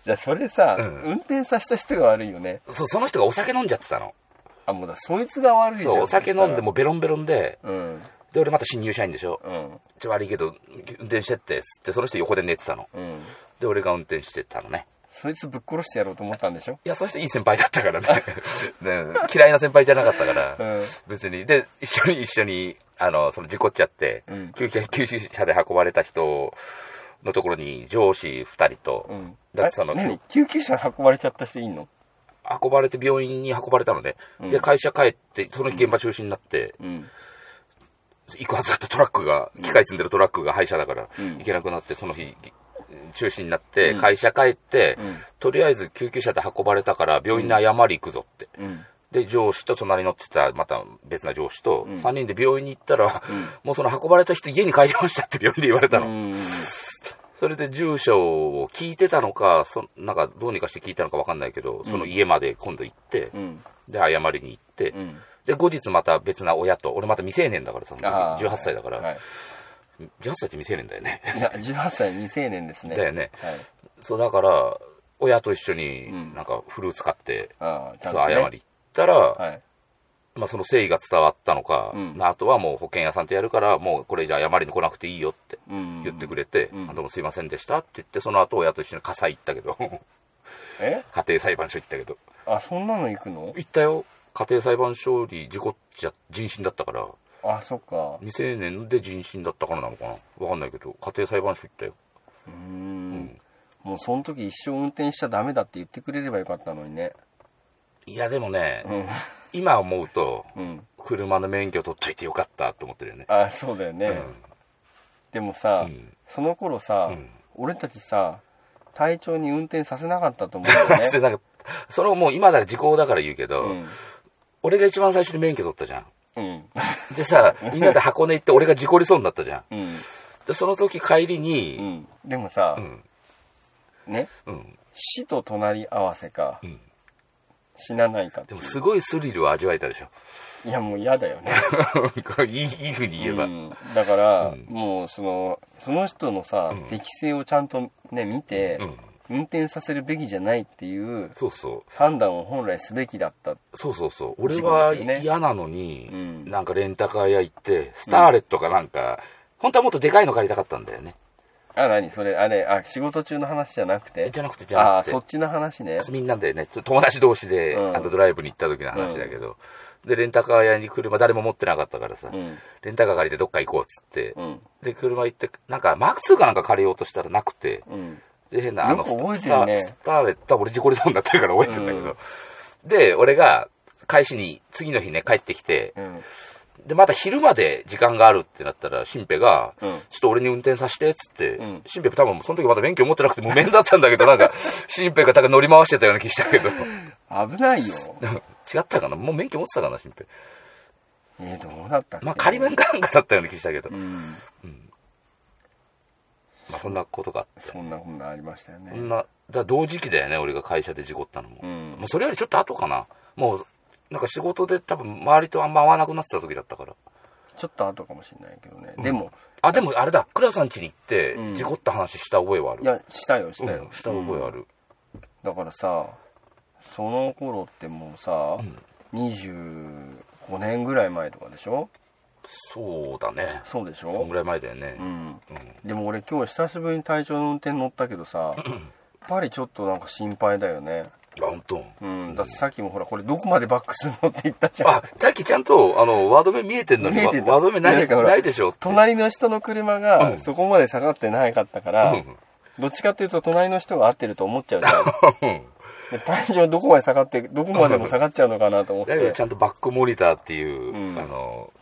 S2: じゃあそれさ、
S3: うん
S2: 運転させた人が悪いよね
S3: そう、その人がお酒飲んじゃってたの。
S2: あもうだそいつが悪いじゃん
S3: そう、お酒飲んでもうベロンベロンで、
S2: うん
S3: で、俺また新入社員でしょ。
S2: うん
S3: ちょ、悪いけど、運転してって、つって、その人横で寝てたの。
S2: うん
S3: で、俺が運転してたのね。
S2: そいつぶっ殺してやろうと思ったんでしょ
S3: いや、その人いい先輩だったから <laughs> ね。ね嫌いな先輩じゃなかったか
S2: う
S3: ら、
S2: ん
S3: 別に。で、一緒に、一緒に、あの、その事故っちゃって、
S2: うん
S3: 救急救急車で運ばれた人のところに上司二人と、
S2: うん
S3: だってその
S2: あ何救急車運ばれちゃった人いんの
S3: 運ばれて病院に運ばれたので、
S2: うん
S3: で、会社帰って、その日現場中止になって、
S2: うん
S3: 行くはずだったトラックが、機械積んでるトラックが廃車だから、
S2: うん
S3: 行けなくなって、その日、中止になって、
S2: うん
S3: 会社帰って、
S2: うん
S3: とりあえず救急車で運ばれたから、病院に謝り行くぞって。
S2: うん
S3: で、上司と隣に乗ってた、また別な上司と、
S2: うん
S3: 3人で病院に行ったら、
S2: ん
S3: <laughs> もうその運ばれた人家に帰りましたって病院で言われたの。
S2: うん
S3: それで住所を聞いてたのか、そなんかどうにかして聞いたのかわかんないけど、その家まで今度行って、
S2: うん
S3: で、謝りに行って、
S2: うん
S3: で、後日また別な親と、俺また未成年だからさ、その
S2: あ
S3: 時
S2: ー
S3: 18歳だから、
S2: はい
S3: 18歳って未成年だよね。 <laughs>
S2: いや18歳未成年ですね
S3: だよね
S2: はい
S3: そう、だから、親と一緒に
S2: う、ん
S3: なんか、フルーツ買って、
S2: ああち
S3: そ
S2: ゃ
S3: うん
S2: とね
S3: 謝り行ったら、
S2: はい
S3: まあ、その誠意が伝わったのか、
S2: うん
S3: まああとはもう保険屋さんとやるから、もうこれ以上謝りに来なくていいよって
S2: うん
S3: 言ってくれて、
S2: うん
S3: あどうもすいませんでしたって言って、その後親と一緒に火災行ったけど、 <laughs>
S2: え
S3: 家庭裁判所行ったけど、
S2: あそんなの行くの
S3: 行ったよ。家庭裁判所に事故っちゃ、人身だったから、
S2: あそっか
S3: 未成年で人身だったからなのかなわかんないけど、家庭裁判所行ったよ。
S2: うー
S3: うんん
S2: もうその時一生運転しちゃダメだって言ってくれればよかったのにね
S3: いや、でもね、
S2: うん
S3: 今思うと、
S2: うん
S3: 車の免許取っといてよかったと思ってるよね。
S2: あそうだよね、でもさ、
S3: うん
S2: その頃さ、
S3: うん
S2: 俺たちさ隊長に運転させなかったと思
S3: う
S2: うんだよ
S3: ん。<laughs> それ
S2: ね
S3: なんか、それをもう今だ、時効だから言うけど、
S2: うん
S3: 俺が一番最初に免許取ったじゃん。
S2: うん。
S3: でさ、みんなで箱根行って俺が事故りそうになったじゃ
S2: う
S3: ん。
S2: ん。
S3: で、その時帰り
S2: う
S3: に、
S2: ん。でもさ
S3: う、ん、
S2: ね、
S3: うん、
S2: 死と隣り合わせか
S3: う、ん。
S2: 死なないかって
S3: で
S2: い
S3: もすごいスリルを味わえたでしょ。 <laughs>
S2: う。いや、もう嫌だよね。
S3: これいい、いい風 <laughs> に言えば。
S2: うんだから、
S3: うん
S2: もうそのその人のさ、
S3: うん
S2: 適性をちゃんとね見て、
S3: うん。
S2: 運転させるべきじゃないっていう
S3: そうそう。
S2: 判断を本来すべきだった
S3: そうそうそう。俺
S2: 事故
S3: は
S2: ですよね
S3: 嫌なのに、
S2: うん
S3: なんかレンタカー屋行って、スターレットかなんか、本当はもっとでかいの借りたかったんだよね。
S2: あ何それあれあ仕事中の話じゃなくて
S3: じゃなくて、じゃ
S2: あ
S3: な
S2: あ
S3: くて。
S2: そっちの話ね
S3: みんなでね、ちょ友達同士で、
S2: うん
S3: あのドライブに行った時の話だけど、で、レンタカー屋に車誰も持ってなかったからさ、
S2: うん
S3: レンタカー借りてどっか行こうっつって、
S2: うん
S3: で、車行って、なんかマーク2かなんか借りようとしたらなくて、
S2: うん
S3: で、変な、あの、
S2: よく覚え
S3: ス
S2: て
S3: タ
S2: る
S3: ー
S2: ね
S3: スターレットは俺事故りそうになってるから覚えてるんだけど、で、俺が、返しに、次の日ね、帰ってきて、
S2: うん
S3: で、また昼まで時間があるってなったら、シンペが、
S2: うん
S3: ちょっと俺に運転させて、っつって、
S2: うん
S3: シンペ多分その時まだ免許持ってなくて無免だったんだけど、なんか、シンペが多分乗り回してたような気したけど、 <laughs>
S2: 危ないよ
S3: 違ったかなもう免許持ってたかな、シンペ。
S2: えー、どうだったっけ
S3: まあ、仮免かなんかだったような気したけど
S2: う、ん
S3: まあ、そんなことがあって。
S2: そんなこんなありましたよ
S3: そん
S2: ね
S3: な、だから同時期だよね、俺が会社で事故ったのも。
S2: うん
S3: もうそれよりちょっと後かな。もう、なんか仕事で多分周りとあんま合わなくなってた時だったから。
S2: ちょっと後かもしれないけどね、でも
S3: あ、でもあれだ、倉さん家に行って
S2: うん、
S3: 事故った話した覚えはある。
S2: いやしたよし
S3: うん、
S2: たよ、
S3: した覚えある。
S2: だからさその頃ってもうさ、
S3: ん
S2: 25年ぐらい前とかでしょ
S3: そうだね。
S2: そうでし
S3: そん
S2: ょ
S3: ぐらい前だよね
S2: う。ん
S3: うん
S2: でも俺今日久しぶりに体調の運転乗ったけどさやっぱりちょっとなんか心配だよね
S3: あ、本当。
S2: うんだってさっきもほらこれどこまでバックするのって言ったじゃん
S3: あ、さっきちゃんと、あの、ワード目見えてんのに、
S2: 見え
S3: ワ
S2: てた
S3: ワード目な
S2: なん
S3: い
S2: かほら
S3: ないでしょ。
S2: 隣の人の車
S3: う
S2: が
S3: ん
S2: そこまで下がってなかったか
S3: う
S2: ら、
S3: ん
S2: どっちかっていうと隣の人が合ってると思っちゃうじ
S3: <laughs>
S2: ゃん
S3: うん
S2: で体重どこまで下がってどこまでも下がっちゃうのかなと思っ
S3: だけど、
S2: て
S3: ちゃんとバックモニターっていう、
S2: うん
S3: あの、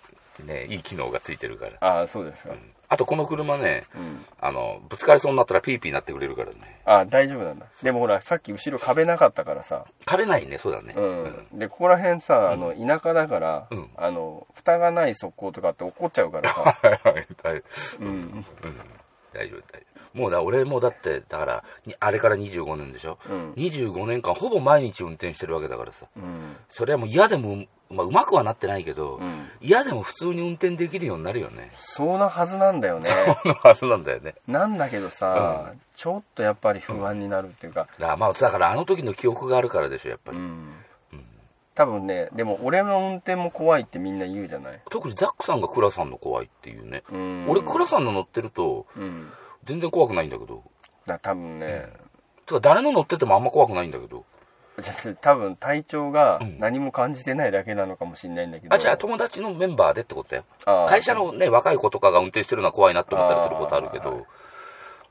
S3: ね、いい機能がついてるから。
S2: ああそうですか、
S3: あと、この車ね、
S2: うん、
S3: あの、ぶつかりそうになったらピーピーなってくれるからね。
S2: あ大丈夫なんだでもほらさっき後ろ壁なかったからさ、
S3: 壁ないね、そうだね。 <laughs>
S2: うんでここら辺さあの田舎だから、
S3: うん
S2: あの蓋がない側溝とかって怒っちゃうからさ、
S3: はいはいはい
S2: うん
S3: <laughs> うん大丈夫、大丈夫。もうだ、俺もだって、だから、にあれから25年でしょ。
S2: うん
S3: 25年間、ほぼ毎日運転してるわけだからさ。
S2: うん
S3: それはもう嫌でも、まあ、うまくはなってないけど、
S2: うん、
S3: 嫌でも普通に運転できるようになるよね。
S2: そうなはずなんだよ
S3: <laughs>
S2: ね
S3: そのはずなんだよね。
S2: なんだけどさ、
S3: う
S2: ちょっとやっぱり不安になるっていうか、
S3: だからまあ、だからあの時の記憶があるからでしょ、やっぱ
S2: うん
S3: り。
S2: 多分ねでも俺の運転も怖いってみんな言うじゃない、
S3: 特にザックさんが倉さんの怖いっていうね。
S2: うん、
S3: 俺、倉さんの乗ってると、
S2: うん
S3: 全然怖くないんだけど。
S2: だ多分ね、
S3: つか、誰の乗っててもあんま怖くないんだけど。
S2: <laughs> 多分体調が
S3: うん
S2: 何も感じてないだけなのかもしれないんだけど、
S3: あ、じゃあ友達のメンバーでってことだよ。
S2: あー
S3: 会社のね、若い子とかが運転してるのは怖いなって思ったりすることあるけど、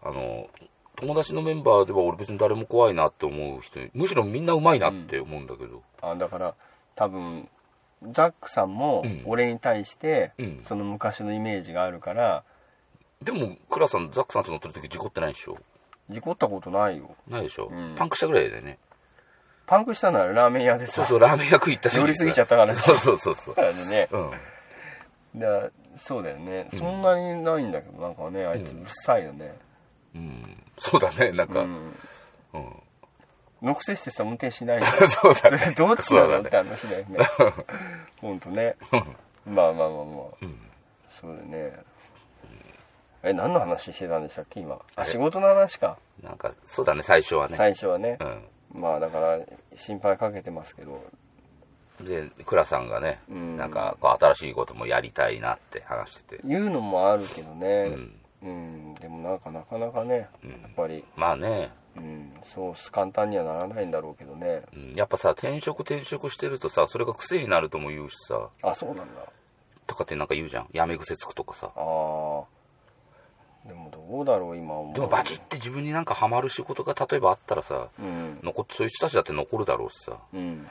S3: あの、友達のメンバーでは俺別に誰も怖いなって思う人、むしろみんなうまいなって思うんだけど。
S2: あだから多分ザックさんも
S3: うん
S2: 俺に対して、
S3: うん
S2: その昔のイメージがあるから
S3: でも、クラさん、ザックさんと乗ってる時事故ってないでしょ
S2: 事故ったことないよ
S3: ないでしょ、
S2: うん
S3: パンクしたぐらいだよね。
S2: パンクしたのはラーメン屋で
S3: そう
S2: さ
S3: そう、ラーメン屋食い
S2: <laughs>
S3: 行ったし。
S2: 乗り過ぎちゃったからね
S3: そうそうそう
S2: <laughs>
S3: そう。
S2: だからね
S3: うん。
S2: だそうだよね、そんなにないんだけどなんかねあいつうるさいよね、
S3: うん。そうだね、なん
S2: う
S3: か。うん。
S2: ん、のくせしてさ運転しないよ
S3: <laughs> そうだね。
S2: どっちな
S3: そ
S2: の
S3: うだ
S2: っ
S3: ね
S2: て話だよねほんとねまあまあまあまあ
S3: うん。
S2: そうだよねえ何の話してたんでしたっけ今あ
S3: あれ
S2: 仕事の話か
S3: なんか、そうだね、最初はね。
S2: 最初はね、
S3: う
S2: まあだから心配かけてますけど
S3: ん。で、クラさんがね、
S2: うん
S3: なんか、こう、新しいこともやりたいなって話してて。
S2: 言うのもあるけど
S3: う
S2: ね
S3: ん。
S2: うん、でもなんかなかなかね
S3: うん
S2: やっぱり、
S3: まあね、
S2: うん、そう簡単にはならないんだろうけどね
S3: うんやっぱさ、転職転職してるとさ、それが癖になるとも言うしさ、
S2: あそうなんだ
S3: とかってなんか言うじゃん。やめ癖つくとかさ
S2: あ。ーでもどうだろう今思う
S3: でもバチって自分になんかハマる仕事が例えばあったらさ、
S2: うん、
S3: 残っそういう人たちだって残るだろうしさ。
S2: うん、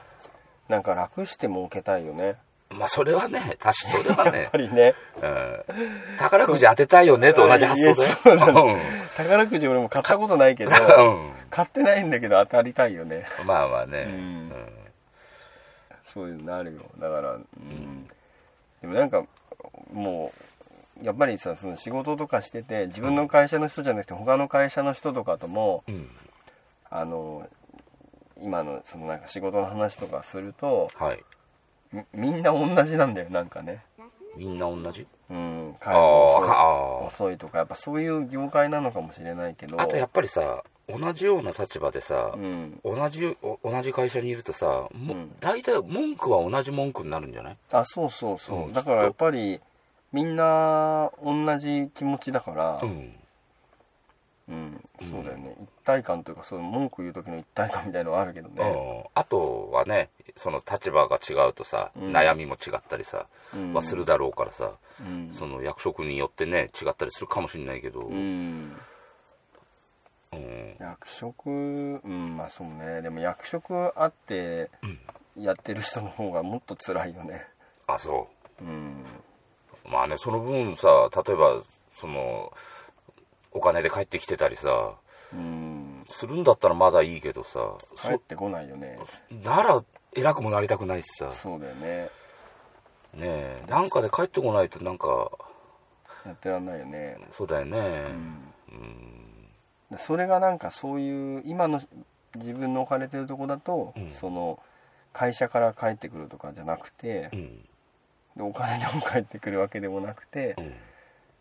S2: なんか楽して儲けたいよね
S3: まあそれはね、
S2: <laughs>
S3: 確かそれは
S2: や
S3: ね
S2: っぱ、りね
S3: うん宝くじ当てたいよねと同じ発想だよ。
S2: そうだね宝くじ俺も買ったことないけ
S3: <laughs>
S2: ど
S3: うんうん
S2: 買ってないんだけど当たりたいよね
S3: まあまあね、
S2: うん
S3: うん
S2: そういうのなるよだからうん、でもなんかもうやっぱりさその仕事とかしてて自分の会社の人じゃなくて他の会社の人とかとも
S3: うん。
S2: あの今のそのなんか仕事の話とかすると
S3: はい。
S2: みみんな同じなんだよなんかね
S3: みんな同じ
S2: うん
S3: あ
S2: 会
S3: あ、
S2: 社が
S3: ああ。
S2: 遅いとかやっぱそういう業界なのかもしれないけど
S3: あとやっぱりさ、同じような立場でさ
S2: う、ん
S3: 同じ、お同じ会社にいるとさ、も
S2: うん
S3: 大体文句は同じ文句になるんじゃない
S2: あそうそうそう、
S3: うん
S2: だからやっぱりみんな同じ気持ちだから、
S3: うん。
S2: うん
S3: うん
S2: そうだよね、一体感というかそういう文句言う時の一体感みたいのはあるけどね、
S3: うんあとはね、その立場が違うとさ、
S2: うん
S3: 悩みも違ったりさ、
S2: うん
S3: はするだろうからさ、
S2: うん
S3: その役職によってね、違ったりするかもしれないけど、う。
S2: うんん役職うんまあそうねでも役職あって
S3: うん
S2: やってる人の方がもっと辛いよね
S3: あ、そ
S2: うん
S3: う。まあね、その分さ、例えば、その、お金で帰ってきてたりさ、
S2: うん
S3: するんだったらまだいいけどさ、
S2: 帰ってこないよね
S3: そなら偉くもなりたくないしさ、
S2: そうだよね
S3: ねえ、なんかで帰ってこないとなんか、
S2: やってらんないよね
S3: そうだよね
S2: う。ん
S3: うん。
S2: でそれがなんかそういう今の自分の置かれてるとこだと、
S3: うん
S2: その会社から帰ってくるとかじゃなくて
S3: う、ん。
S2: でお金でも帰ってくるわけでもなくて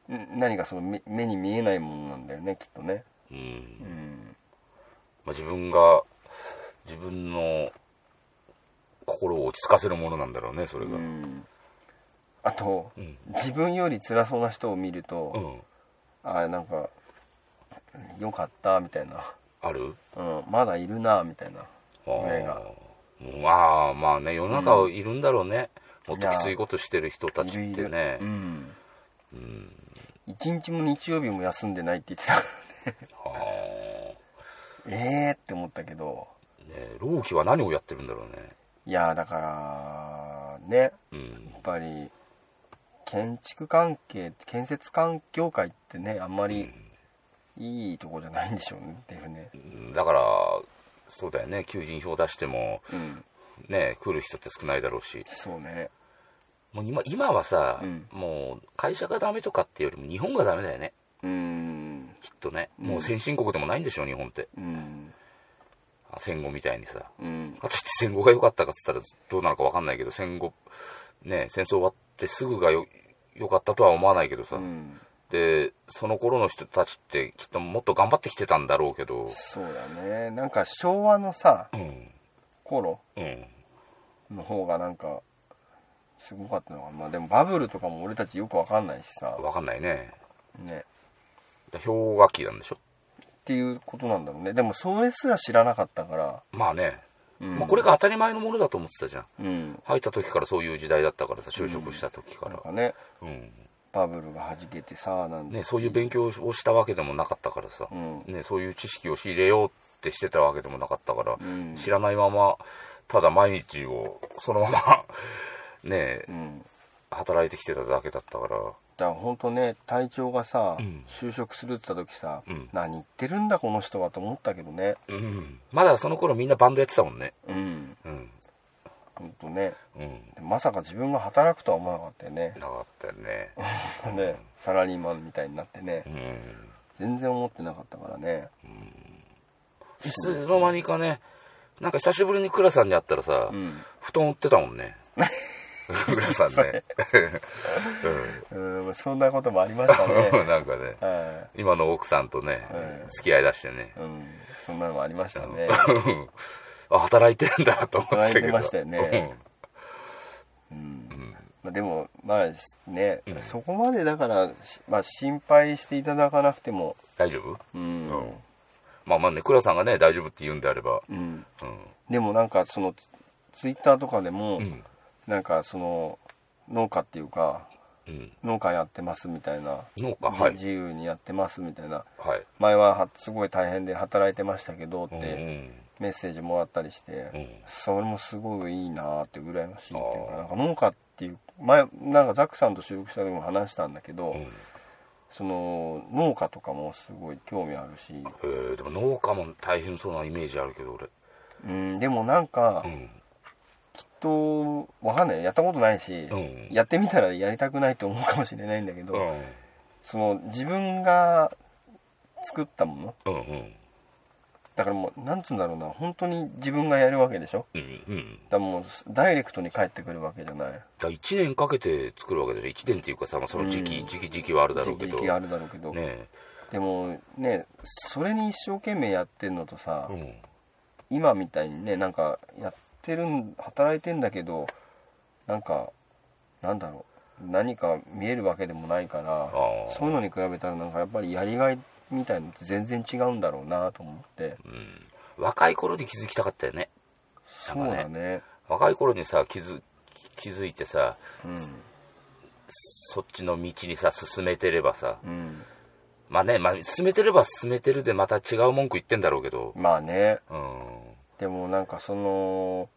S3: う、ん。
S2: ん何かその目目に見えないものなんだよねきっとね
S3: う
S2: うんん
S3: まあ、自分が自分の心を落ち着かせるものなんだろうねそれがうん
S2: あと
S3: うん
S2: 自分より辛そうな人を見ると、あなんかよかったみたいな、
S3: ある
S2: うん、まだいるなみたいな
S3: あー
S2: 目が
S3: まあまあね世の中はいるんだろうね、もっときついことしてる人たちっ
S2: いるい
S3: て
S2: る、
S3: ね
S2: うん、
S3: うん
S2: 一日も日曜日も休んでないって言ってた
S3: あ
S2: <laughs>
S3: ー
S2: ええって思ったけど
S3: ね老期は何をやってるんだろうね
S2: いやだからねや
S3: うん
S2: っぱり建築関係建設環境界ってねあんまりいいとこじゃないんでしょうねっていうね
S3: うんだからそうだよね求人票出しても
S2: うん
S3: ね来る人って少ないだろうし
S2: そうね
S3: もう今今はさ、
S2: うん
S3: もう会社がダメとかっていうよりも日本がダメだよね
S2: うん
S3: きっとね
S2: うん
S3: もう先進国でもないんでしょ日本って
S2: うん
S3: あ戦後みたいにさ
S2: うん
S3: かといって戦後が良かったかっつったらどうなのか分かんないけど戦後ね戦争終わってすぐがよ良かったとは思わないけどさ、
S2: うん
S3: でその頃の人たちってきっともっと頑張ってきてたんだろうけど
S2: そうだねなんか昭和のさ
S3: うん
S2: 頃
S3: うん
S2: の方がなんかすごかったのかなまあでもバブルとかも俺たちよくわかんないしさ
S3: 分かんないね
S2: ね
S3: だ氷河期なんでしょ
S2: っていうことなんだろうねでもそれすら知らなかったから、
S3: まあね、
S2: うん
S3: まあ、これが当たり前のものだと思ってたじゃん
S2: うん
S3: 入った時からそういう時代だったからさ就職した時か
S2: なん
S3: ら
S2: かね
S3: うん、
S2: バブルがはじけてさなんて
S3: ねそういう勉強をしたわけでもなかったからさ、
S2: うん
S3: ね、そういう知識を仕入れようってしてたわけでもなかったから、
S2: うん
S3: 知らないままただ毎日をそのま <laughs> まね
S2: う
S3: え
S2: ん
S3: 働いてきてただけだったから
S2: だから本当ね隊長がさ、
S3: うん
S2: 就職するって言った時さ、
S3: うん
S2: 何言ってるんだこの人はと思ったけどね
S3: うんまだその頃みんなバンドやってたもんね
S2: うん
S3: うん
S2: 本当ね
S3: うん
S2: まさか自分が働くとは思わなかったよ
S3: <laughs>
S2: ね
S3: なかったよね
S2: ねサラリーマンみたいになってね
S3: うん、
S2: 全然思ってなかったからね
S3: いつの間にかねなんか久しぶりに倉さんに会ったらさ、
S2: うん
S3: 布団売ってたも
S2: <laughs>
S3: んね倉さん <laughs> ね
S2: うんそんなこともありました
S3: <laughs> うん
S2: ね
S3: なんかね
S2: は
S3: 今の奥さんとね、
S2: うん
S3: 付き合いだしてね <laughs>
S2: い、うんそんなのもありましたね
S3: うんあ働いてんだと思ってたけ
S2: 働い
S3: ど
S2: てましたよね
S3: うん
S2: まあでもまあね、
S3: うん
S2: そこまでだから、しまあ、心配していただかなくても
S3: 大丈夫
S2: うん、
S3: うんまあまあね倉さんがね大丈夫って言うんであれば
S2: うん
S3: うん
S2: でもなんかそのツツイッターとかでも、
S3: うん
S2: なんかその農家っていうか
S3: うん
S2: 農家やってますみたいな、
S3: 農家はい
S2: 自由にやってますみたいな
S3: はい
S2: 前ははすごい大変で働いてましたけどっ
S3: うん
S2: てメッセージもらったりして、
S3: うん
S2: それもすごいいいなーって羨ましいっていう
S3: あ
S2: か
S3: ー
S2: なんか農家っていう前なんかザックさんと収録した時も話したんだけど、
S3: うん
S2: その農家とかもすごい興味あるし、
S3: えーでも農家も大変そうなイメージあるけど俺
S2: うん、でもなんか
S3: うん
S2: きっとわかんないやったことないし、
S3: うん
S2: やってみたらやりたくないと思うかもしれないんだけど、
S3: うん
S2: その自分が作ったもの
S3: うんうん
S2: だからもうなんつうんだろうな本当に自分がやるわけでしょ
S3: うんうん
S2: だからもうダイレクトに返ってくるわけじゃない
S3: だ1年かけて作るわけでしょ1年っていうかさ、まあ、その時期、
S2: うん
S3: 時期時期はあるだろ
S2: 時
S3: うけ
S2: 期
S3: ど
S2: 時期があるだろうけど、
S3: ねえ
S2: でもねそれに一生懸命やってんのとさ、
S3: うん
S2: 今みたいにねなんかやってるん働いてんだけどなんかなんだろう何か見えるわけでもないから
S3: ああ
S2: そういうのに比べたらなんかやっぱりやりがいみたいのって全然違うんだろうなと思って
S3: うん若い頃に気づきたかったよねな
S2: そ
S3: ん
S2: う
S3: かね
S2: だね
S3: 若い頃にさ気づ気づいてさ
S2: うん
S3: そっちの道にさ進めてればさ
S2: うん
S3: まあね、まあ、進めてれば進めてるでまた違う文句言ってんだろうけど
S2: まあね
S3: うん
S2: でもなんかその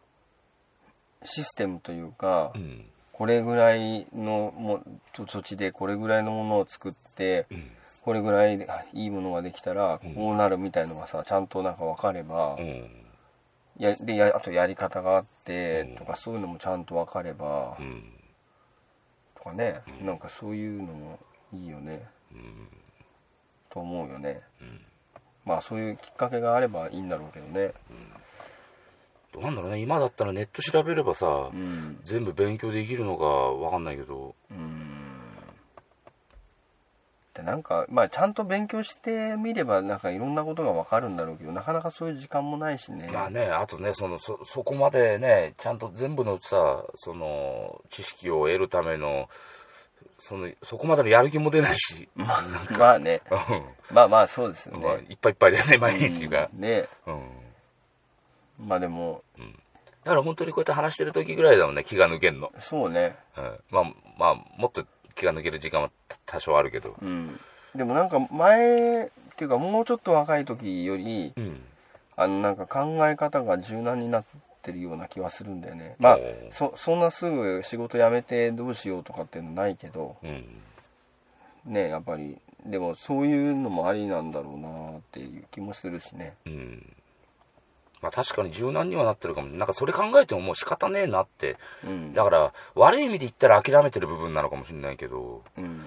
S2: システムというか
S3: うん
S2: これぐらいのも土土地でこれぐらいのものを作って
S3: うん
S2: これぐらいあいいものができたらこうなるみたいのがさちゃんとなんか分かれば
S3: うん
S2: やでやあとやり方があって
S3: うん
S2: とかそういうのもちゃんと分かれば
S3: うん
S2: とかねなんかそういうのもいいよねと思うよねまあそういうきっかけがあればいいんだろうけどね
S3: どうなんだろうね今だったらネット調べればさ、
S2: うん
S3: 全部勉強できるのかわかんないけど
S2: うんでなんかまあちゃんと勉強してみればなんかいろんなことが分かるんだろうけどなかなかそういう時間もないしね
S3: まあね、あとね、そのそそこまでね、ちゃんと全部のさ、その知識を得るための、そのそこまでのやる気も出ないし、
S2: まあまあね
S3: うん
S2: まあまあそうですよ
S3: まあ、
S2: ね
S3: いっぱいいっぱいだよね、毎日が。
S2: ね
S3: うん
S2: まあでも
S3: だから本当にこうやって話してる時ぐらいだもんね、気が抜けんの。
S2: そうね
S3: うんまあ、まあ、もっと気が抜ける時間は多多少あるけど。
S2: うんでもなんか前っていうかもうちょっと若い時より
S3: うん。
S2: あのなんか考え方が柔軟になってるような気はするんだよねまあ
S3: おー
S2: そそんなすぐ仕事辞めてどうしようとかっていうのないけど
S3: うん。
S2: ねやっぱりでもそういうのもありなんだろうなっていう気もするしね
S3: うん。まあ確かに柔軟にはなってるかも。なんかそれ考えてももう仕方ねえなって。
S2: うん
S3: だから、悪い意味で言ったら諦めてる部分なのかもしれないけど。
S2: うん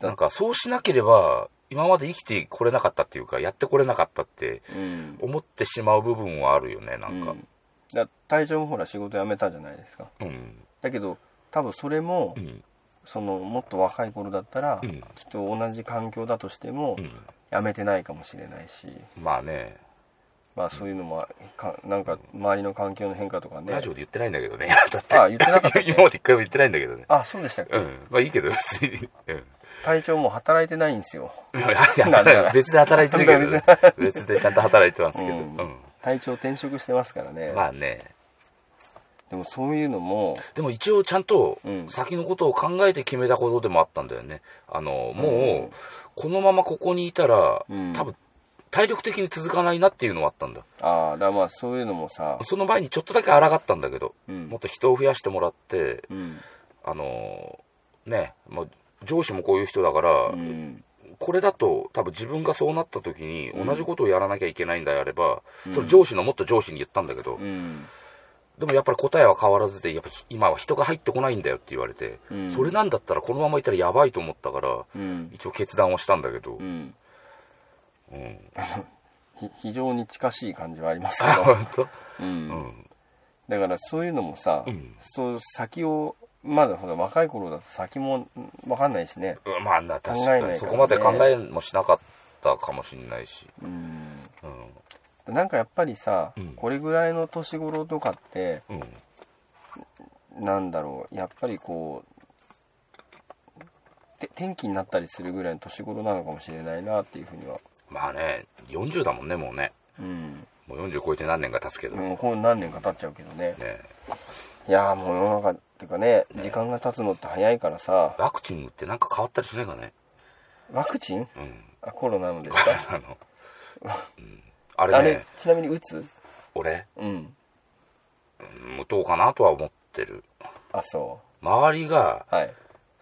S3: なんかそうしなければ今まで生きてこれなかったっていうかやってこれなかったって
S2: うん
S3: 思ってしまう部分はあるよねなんか
S2: うんだ体調もほら仕事辞めたじゃないですか
S3: うん
S2: だけど多分それも
S3: うん
S2: そのもっと若い頃だったら、
S3: うん
S2: きっと同じ環境だとしても、
S3: うん
S2: やめてないかもしれないし、
S3: まあね
S2: まあ、そういうのもあかなんか周りの環境の変化とかね
S3: ラジオで言ってないんだけどね <laughs> だって
S2: あ言ってなかった
S3: 今まで一回も言ってないんだけどね
S2: あそうでしたっけ、
S3: うんまあいいけど別にうん
S2: 体調もう働いてないんですよ、
S3: いやい
S2: なんだろう
S3: や別で働いてるけどね別でちゃんと働いてます
S2: う
S3: けどうん
S2: ん体調転職してますからね、
S3: まあね
S2: でもそういうのも
S3: でも一応ちゃんと
S2: うん
S3: 先のことを考えて決めたことでもあったんだよね。あの、もう、このままここにいたら、
S2: うん
S3: 多分、体力的に続かないなっていうのはあったんだ。
S2: ああだからまあそういうのもさ、
S3: その前にちょっとだけ抗ったんだけど、
S2: うん
S3: もっと人を増やしてもらって、
S2: うん
S3: あの、ね、まあ、上司もこういう人だから、
S2: うん
S3: これだと多分自分がそうなった時に
S2: うん
S3: 同じことをやらなきゃいけないんであれば、
S2: うん
S3: その上司のもっと上司に言ったんだけど、
S2: うん
S3: でもやっぱり答えは変わらずで、やっぱ今は人が入ってこないんだよって言われて、
S2: うん
S3: それなんだったらこのままいたらやばいと思ったから、
S2: うん
S3: 一応決断をしたんだけど
S2: う、ん
S3: うん。
S2: ひ非常に近しい感じはありますけ
S3: あ、
S2: ど、
S3: 本当
S2: うん
S3: うん。
S2: だからそういうのもさ、
S3: うん
S2: そう先をまだほら若い頃だと先も分かんないしね
S3: うんまあな、確
S2: 考
S3: か
S2: えないから
S3: に。
S2: ね
S3: そこまで考えもしなかったかもしれないし。
S2: うん
S3: うん。
S2: なんかやっぱりさ、
S3: うん
S2: これぐらいの年頃とかって
S3: うん。
S2: なんだろうやっぱりこうて天気になったりするぐらいの年頃なのかもしれないなっていうふうには、
S3: まあね、40だもんね、もうね。
S2: うん、
S3: もう40超えて何年か経つけど。ね
S2: もうこう何年か経っちゃうけどね
S3: え
S2: いやーもう世の中っていうかね時間が経つのって早いからさ
S3: ワクチン打ってなんか変わったりしないかね。
S2: ワクチン
S3: うん。 <laughs>
S2: あコロナのですか
S3: あの、うんあ
S2: あ
S3: れ
S2: れ
S3: ね、
S2: ちなみに打つ
S3: 俺、
S2: うん
S3: うん打とうかなとは思ってる。
S2: あそ
S3: 周りが
S2: うはい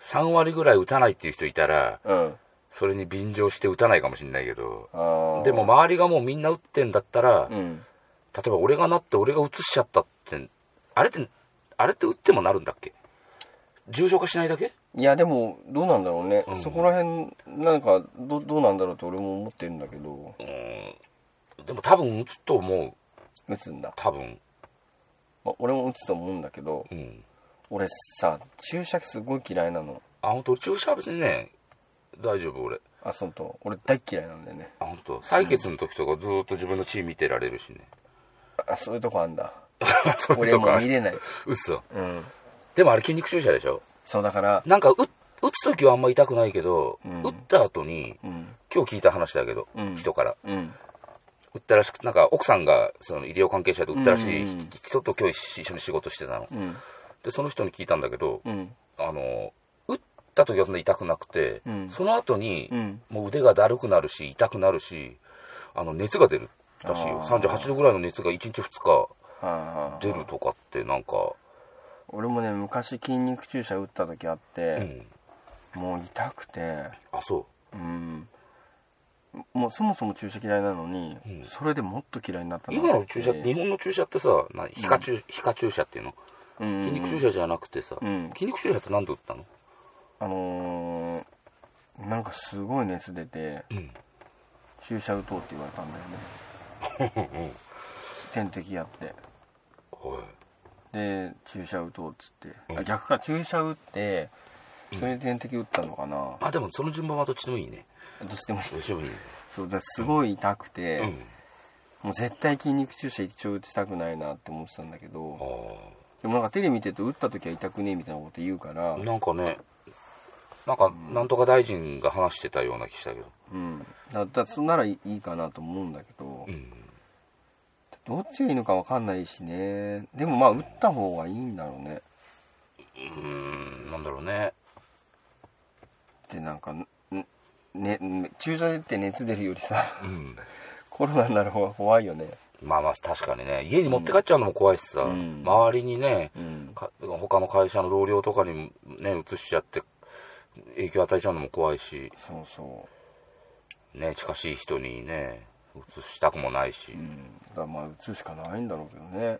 S3: 3割ぐらい打たないっていう人いたら、
S2: うん
S3: それに便乗して打たないかもしれないけど、
S2: あー
S3: でも周りがもうみんな打ってんだったら、
S2: うん
S3: 例えば俺がなって俺が移しちゃったって、あれって、あれって打ってもなるんだっけ重症化しないだけ
S2: いやでもどうなんだろうね、
S3: うん
S2: そこら辺なんかどどうなんだろうと俺も思ってるんだけど
S3: うーんでも多分打つと思う
S2: 打つんだ、
S3: 多分
S2: まあ、俺も打つと思うんだけど
S3: うん
S2: 俺さ注射器すごい嫌いなの
S3: あ本当注射は別にね大丈夫俺
S2: あそうと俺大っ嫌いなんだよね
S3: あ本当採血の時とかずーっと自分の血見てられるしね
S2: あそういうとこあんだ
S3: <laughs> そういう
S2: 俺
S3: と
S2: も
S3: か
S2: う見れない
S3: 嘘
S2: うん
S3: でもあれ筋肉注射でしょ
S2: そうだから
S3: なんか打打つ時はあんま痛くないけど、
S2: うん
S3: 打った後に
S2: うん
S3: 今日聞いた話だけど、
S2: うん
S3: 人から
S2: うん
S3: 打ったらしくなんか奥さんがその医療関係者で打ったらしい
S2: うんうんうん
S3: 人と今日一緒に仕事してたの
S2: うん
S3: でその人に聞いたんだけど、
S2: うん
S3: あの打った時はそんな痛くなくて、
S2: うん
S3: その後に、
S2: うん
S3: もう腕がだるくなるし痛くなるしあの熱が出るらしいよ
S2: あー
S3: 38度ぐらいの熱が1日2
S2: はあはあ
S3: 日出るとかってなんか、
S2: 俺もね昔筋肉注射打った時あっ
S3: う
S2: て、
S3: ん、
S2: もう痛くて
S3: あそ
S2: うんもうそもそも注射嫌いなのに、
S3: うん
S2: それでもっと嫌いになった
S3: う
S2: な
S3: 今の注射、日
S2: え
S3: 本の注射ってさな皮下注、皮下注射っていうの
S2: えうん
S3: 筋肉注射じゃなくてさ、
S2: うん
S3: 筋肉注射って何で打ったの、
S2: あのーなんかすごい熱出て
S3: うん、
S2: 注射打とうって言われたんだよね点滴やって
S3: は
S2: で注射打とうっつって、
S3: うん
S2: あ逆か注射打ってそれで点滴打ったのかな、
S3: いあでもその順番はどっちでもいいね
S2: どっちでもいい
S3: どっちでもいいね、
S2: そうだすごい痛くて、
S3: うん
S2: もう絶対筋肉注射一丁打ちたくないなって思ってたんだけど、
S3: ああ
S2: でもなんかテレビ見てると打った時は痛くねえみたいなこと言うから、うん
S3: なんかね、なんか、なんとか大臣が話してたような気したけど。
S2: だだそんならいいいいかなと思うんだけど、
S3: うん。
S2: どっちがいいのかわかんないしねでもまあ打った方がいいんだろうね
S3: うん、なんだろうね。
S2: でなんかんねね注射って熱出るよりさ <laughs>
S3: うん。
S2: コロナになる方が怖いよね
S3: まあまあ、確かにね、家に持って帰っちゃうのも怖いしさ、
S2: うん
S3: 周りにね、
S2: うん
S3: か他の会社の同僚とかにもね、移しちゃって、影響与えちゃうのも怖いし、
S2: そうそ
S3: ね、近しい人にね、移したくもないし、
S2: う、うん、だからまあ打つしかないんだろうけどね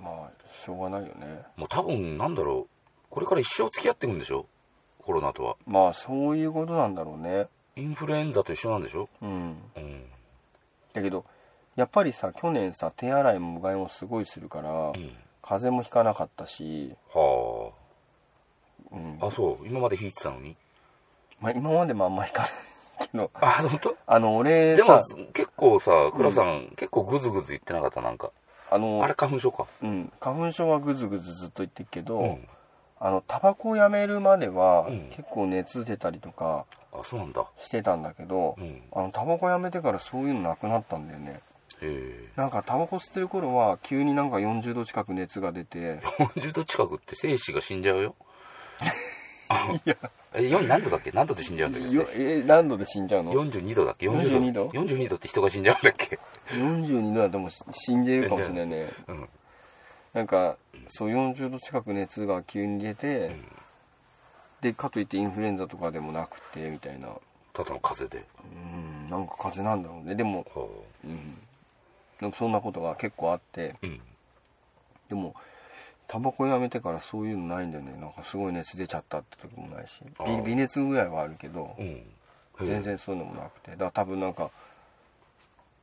S2: まあしょうがないよね
S3: もう多分、なんだろう、これから一生付き合っていくんでしょコロナとは。
S2: まあそういうことなんだろうね
S3: インフルエンザと一緒なんでしょ
S2: うん
S3: うん。
S2: だけどやっぱりさ去年さ手洗いもうがいもすごいするから、
S3: うん。
S2: 風邪もひかなかったし、
S3: はあ。
S2: うん
S3: あそう今まで弾いてたのに
S2: まあ、今までもあんまりかないけど
S3: あ本当
S2: あの俺
S3: でも
S2: さ
S3: 結構さ倉さん、結構グズグズ言ってなかったなんか
S2: あの
S3: あれ花粉症か
S2: うん、花粉症はぐずぐずずっと言ってるけど、
S3: うん
S2: あのタバコをやめるまでは
S3: うん
S2: 結構熱出たりとか
S3: あそうなんだ
S2: してたんだけど、
S3: うんへ
S2: あのタバコやめてからそういうのなくなったんだよね
S3: え <laughs>
S2: なんかタバコ吸ってる頃は急になんか40度近く熱が出て
S3: 40度近くって精子が死んじゃうよいや何度だっけ何度で死んじゃうんだっけ
S2: よえ何度で死んじゃうの
S3: 42度だっけ42
S2: 42
S3: 度
S2: 度
S3: 42度って人が死んじゃうんだっけ
S2: 42度だともう死んでるかもしれないね
S3: うん
S2: なんかそう40度近く熱が急に出て、
S3: ん
S2: でかといってインフルエンザとかでもなくてみたいな
S3: ただの風邪で、
S2: うんなんか風邪なんだろうねでも
S3: は
S2: うん、でもそんなことが結構あって
S3: あうん
S2: でもタバコやめてからそういうのないんだよねなんかすごい熱出ちゃったって時もないし
S3: あ
S2: 微
S3: ー
S2: 微熱ぐらいはあるけど
S3: うんへえ
S2: 全然そういうのもなくてだから多分なんか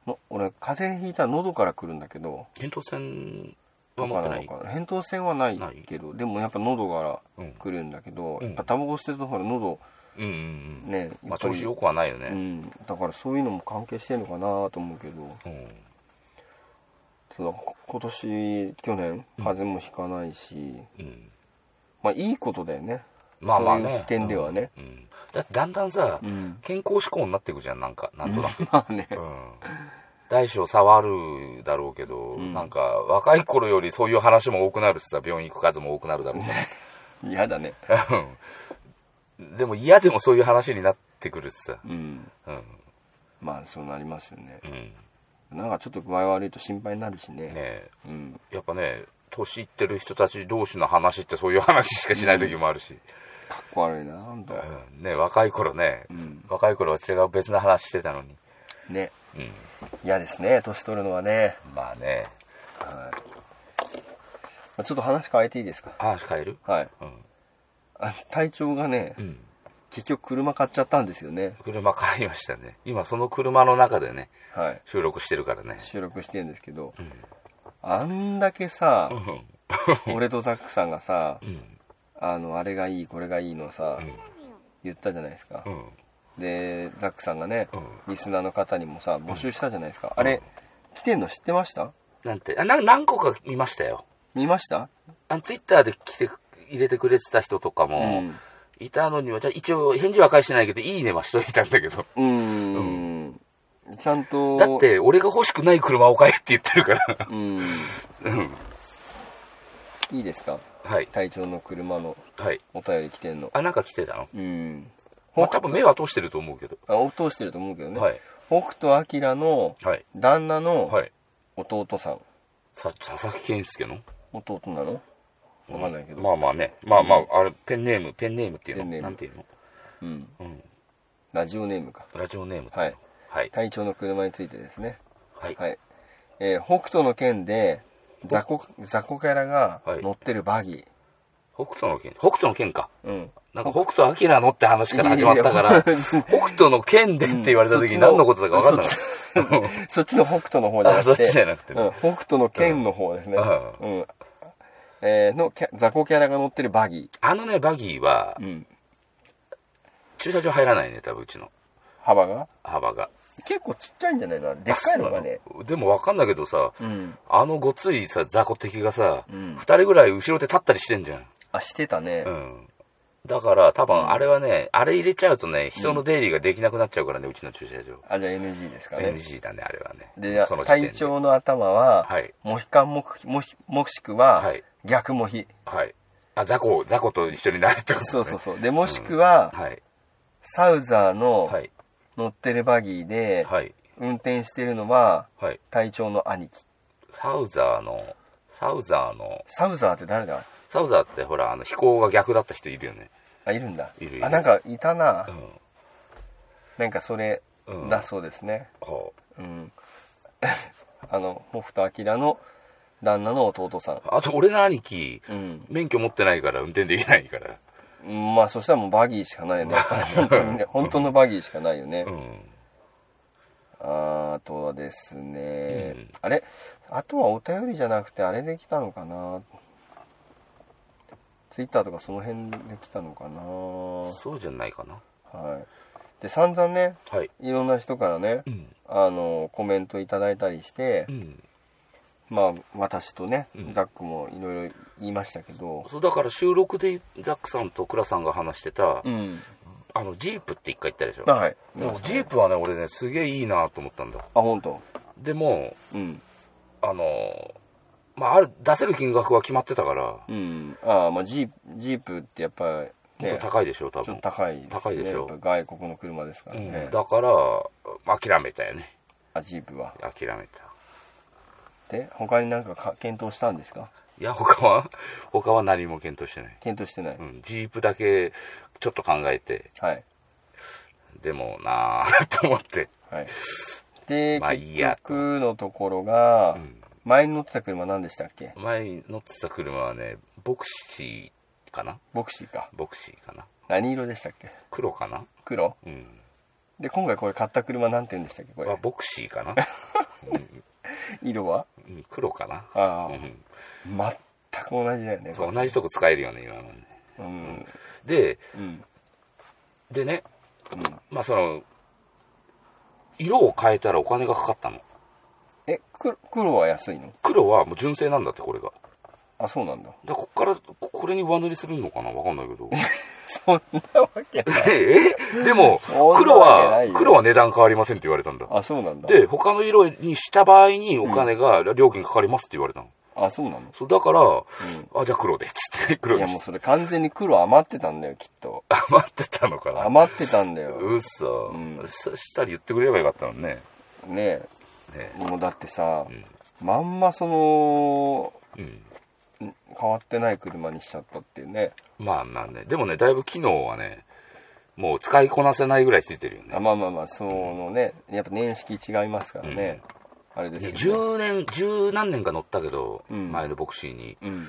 S2: の俺風邪ひいたら喉から来るんだけど
S3: 扁桃腺
S2: だ
S3: は持
S2: か
S3: って
S2: ら
S3: な
S2: ないのかな扁桃腺はない
S3: ない
S2: けどでもやっぱ喉か
S3: うん
S2: ら来るんだけど、
S3: うん
S2: やっぱタバコ捨てるとほら喉
S3: うんうんうん
S2: ね
S3: ま
S2: や
S3: あ
S2: っぱ
S3: 調
S2: り
S3: 子良くはないよね、
S2: うん、だからそういうのも関係してるのかなと思うけど
S3: うん
S2: そうだ今年去年風邪もひかないし、
S3: うん
S2: まあいいことだよね
S3: まあまあ
S2: そうい
S3: ね
S2: う。点ではね
S3: うん。うんだってだんだんさ、
S2: うん <laughs>
S3: 健康志向になっていくじゃん、なんか、なんとなく。
S2: まあね
S3: うん。大小差はあるだろうけど、
S2: ん
S3: なんか、若い頃よりそういう話も多くなるしさ、病院行く数も多くなるだろう
S2: 嫌だね
S3: から。うんでも嫌でもそういう話になってくるしさ。
S2: うん
S3: うん。
S2: まあそうなりますよね
S3: うん。ね
S2: なんかちょっと具合悪いと心配になるしね
S3: え
S2: うん
S3: やっぱね、年いってる人たち同士の話ってそういう話しかしない時もあるし。
S2: かっこ悪いな本当
S3: うん。ねえ若い頃ね、
S2: うん
S3: 若い頃は違う別の話してたのに。
S2: ね
S3: うん。
S2: 嫌ですね年取るのはね
S3: まあね。
S2: はいあちょっと話変えていいですか
S3: 話変える
S2: はい
S3: うん。
S2: あ隊長がね
S3: うん。
S2: 結局車買っちゃったんですよね
S3: 車買いましたね。今その車の中でね、
S2: はい
S3: 収録してるからね。
S2: 収録してるんですけど
S3: うん。
S2: あんだけさ
S3: う、ん。
S2: 俺とザックさんがさ
S3: うん。
S2: あのあれがいいこれがいいのさ、
S3: うん
S2: 言ったじゃないですか
S3: う、ん。
S2: でザックさんがね、
S3: うん
S2: リスナーの方にもさ募集したじゃないですか、あれ来てんの知ってました
S3: なんて、あな何個か見ましたよ。
S2: 見ました
S3: あの、ツイッターで来て、入れてくれてた人とかも、
S2: うん
S3: いたのには、じゃあ一応返事は返してないけど、いいねはしといたんだけど。
S2: うーんちゃんと
S3: だって、俺が欲しくない車を買えって言ってるから。
S2: うん
S3: うん。
S2: いいですか
S3: <laughs> はい。
S2: 隊長の車の
S3: はい。
S2: お便り来てんの
S3: あ、なんか来てたの
S2: うん
S3: まあ、多分目は通してると思うけど。
S2: あ通してると思うけどね、
S3: はい。
S2: 北斗晶の
S3: はい。
S2: 旦那の
S3: はい。
S2: 弟さん、
S3: さ、佐々木健介の
S2: 弟なのわかんないけど、
S3: まあまあね。まあまあ、あれ、ペンネーム、ペンネームっていう
S2: ペンネー
S3: の
S2: ム
S3: なんていうの
S2: うん、
S3: うん。
S2: ラジオネームか
S3: ラジオネームっていうの
S2: はい。
S3: はい。
S2: 隊長の車についてですね
S3: はい。
S2: はい、えー北斗の剣で雑魚雑魚キャラが乗ってるバギー、
S3: 北斗の剣、北斗の剣か。
S2: うん
S3: なんか北斗晶のって話から始まったから、
S2: いやいや
S3: 北斗の剣でって言われた時
S2: う
S3: に
S2: ん
S3: 何のことだか分かんなかった。うん
S2: そっちの北斗の方じゃなく
S3: あそ
S2: て
S3: っちじゃなくてね
S2: うん、北斗の剣の方ですね、う
S3: うん
S2: えーのキャ雑魚キャラが乗ってるバギ
S3: あのね、バギーは
S2: ー、うん、
S3: 駐車場入らないね、多分うちの
S2: 幅が
S3: 幅が。
S2: 結構ちっちゃいんじゃないのあれでっかいのがね
S3: あそうなのでも分かんないけどさ、
S2: うん
S3: あのごついさ、雑魚敵がさ、二、
S2: うん
S3: 人ぐらい後ろで立ったりしてんじゃん。
S2: あしてたね、
S3: うん。だから、多分あれはね、あれ入れちゃうとね、人の出入りができなくなっちゃうからね、うちの駐車場。
S2: あじゃあ NG ですかね
S3: NG だね、あれはね。
S2: で
S3: その時点で
S2: 体調の頭は、
S3: はい
S2: モヒカンもくもひもしくは、
S3: はい
S2: 逆モヒ
S3: はい。あ、雑魚、雑魚と一緒になるってことね。
S2: そうそうそうでもしくは、
S3: はい。
S2: サウザーの
S3: はい。
S2: 乗ってるバギーで、
S3: はい。
S2: 運転してるのは
S3: はい。
S2: 隊長の兄貴
S3: サウザーの、サウザーの、
S2: サウザーって誰だ
S3: サウザーってほら、あの、飛行が逆だった人いるよね。
S2: あいるんだ
S3: いるいる
S2: あなんかいたな、
S3: うん。
S2: なんかそれ
S3: うん
S2: だそうですね
S3: ほう
S2: うん、 <laughs> あの北斗晶の旦那の弟さん
S3: あと、俺の兄貴、
S2: うん
S3: 免許持ってないから運転できないから。
S2: うんまあそしたらもうバギーしかないよね <laughs> 本当にね本当のバギーしかないよね、
S3: うん。
S2: あとはですね、
S3: うん
S2: あれあとはお便りじゃなくてあれできたのかなツイッターとかその辺できたのかな
S3: そうじゃないかな。
S2: はいで散々ね
S3: はい。
S2: いろんな人からね
S3: うん。
S2: あのコメントいただいたりして
S3: う、ん。
S2: まあ私とね、
S3: うん
S2: ザックもいろいろ言いましたけど
S3: そう、だから収録でザックさんとクラさんが話してた、
S2: うん
S3: あの、ジープって一回言ったでしょ。
S2: はい
S3: でもジープはね、俺ね、すげえいいなと思ったんだ。
S2: あ本当
S3: でも、
S2: うん
S3: あの、まあ、ある、出せる金額は決まってたから、
S2: うんああまあジープジープってやっぱり、
S3: もっ
S2: ね、
S3: と高いでしょ、多
S2: ちょっ
S3: 分
S2: と。高いです、ね、
S3: 高いでしょ
S2: やっぱ外国の車ですから
S3: う
S2: ね、
S3: ん、だから、諦めたよね。
S2: あジープは
S3: 諦めた。
S2: で他になんかか検討したんですか
S3: いや、他は、 <laughs> 他は何も検討してない。
S2: 検討してない、
S3: うん、ジープだけ、ちょっと考えて、
S2: はい
S3: でもなぁと思って。
S2: はいで、
S3: まあいいや
S2: 結局のところが、
S3: うん
S2: 前に乗ってた車何でしたっけ
S3: 前に乗ってた車はね、ボクシーかな
S2: ボクシーか
S3: ボクシーかな
S2: 何色でしたっけ
S3: 黒かな
S2: 黒
S3: うん。
S2: で今回これ買った車なんて言うんでしたっけこ
S3: は
S2: れ
S3: ボクシーかな、
S2: 色は
S3: うん、黒かな
S2: ああ
S3: うん
S2: 全く同じだよね
S3: そう
S2: こ
S3: 同じとこ使えるよね、今のね。
S2: れうん
S3: で、
S2: うん
S3: でね、
S2: うん
S3: まあその、色を変えたらお金がかかったの。
S2: え黒黒は安いの
S3: 黒はもう純正なんだって、これが。
S2: あそう
S3: <laughs>
S2: なんだ
S3: だからこっから、ここれに上塗りするのかなわかんな
S2: <laughs>
S3: いけど。
S2: そんなわけない
S3: ええでも
S2: そんなわ、け
S3: 黒
S2: な
S3: はい
S2: よ、
S3: 黒は値段変わりませんって言われたんだ。
S2: あそうなんだ
S3: で、他の色にした場合にお金が、料金かかりますって言われたの。
S2: あそうなの
S3: そう、だから、
S2: う
S3: あ、じゃあ黒で、つって、黒
S2: い
S3: に
S2: やもうそれ完全に黒余ってたんだよきっと
S3: 余ってたのかな。
S2: 余ってたんだよ
S3: うっそ、
S2: うん
S3: そしたら言ってくれればよかったのにね。
S2: ね
S3: ね
S2: えもうだってさ、
S3: ん
S2: まんまその
S3: うん。
S2: ん変わってない車にしちゃったっていうね
S3: まあまあね、でもね、だいぶ機能はね、もう使いこなせないぐらいついてるよ
S2: あ
S3: ね。
S2: まあまあまあそのね、やっぱ年式違いますからね、あれです
S3: ね、
S2: けど、ね。
S3: 10年、十何年か乗ったけど、
S2: うん
S3: 前のボクシーに。
S2: うん。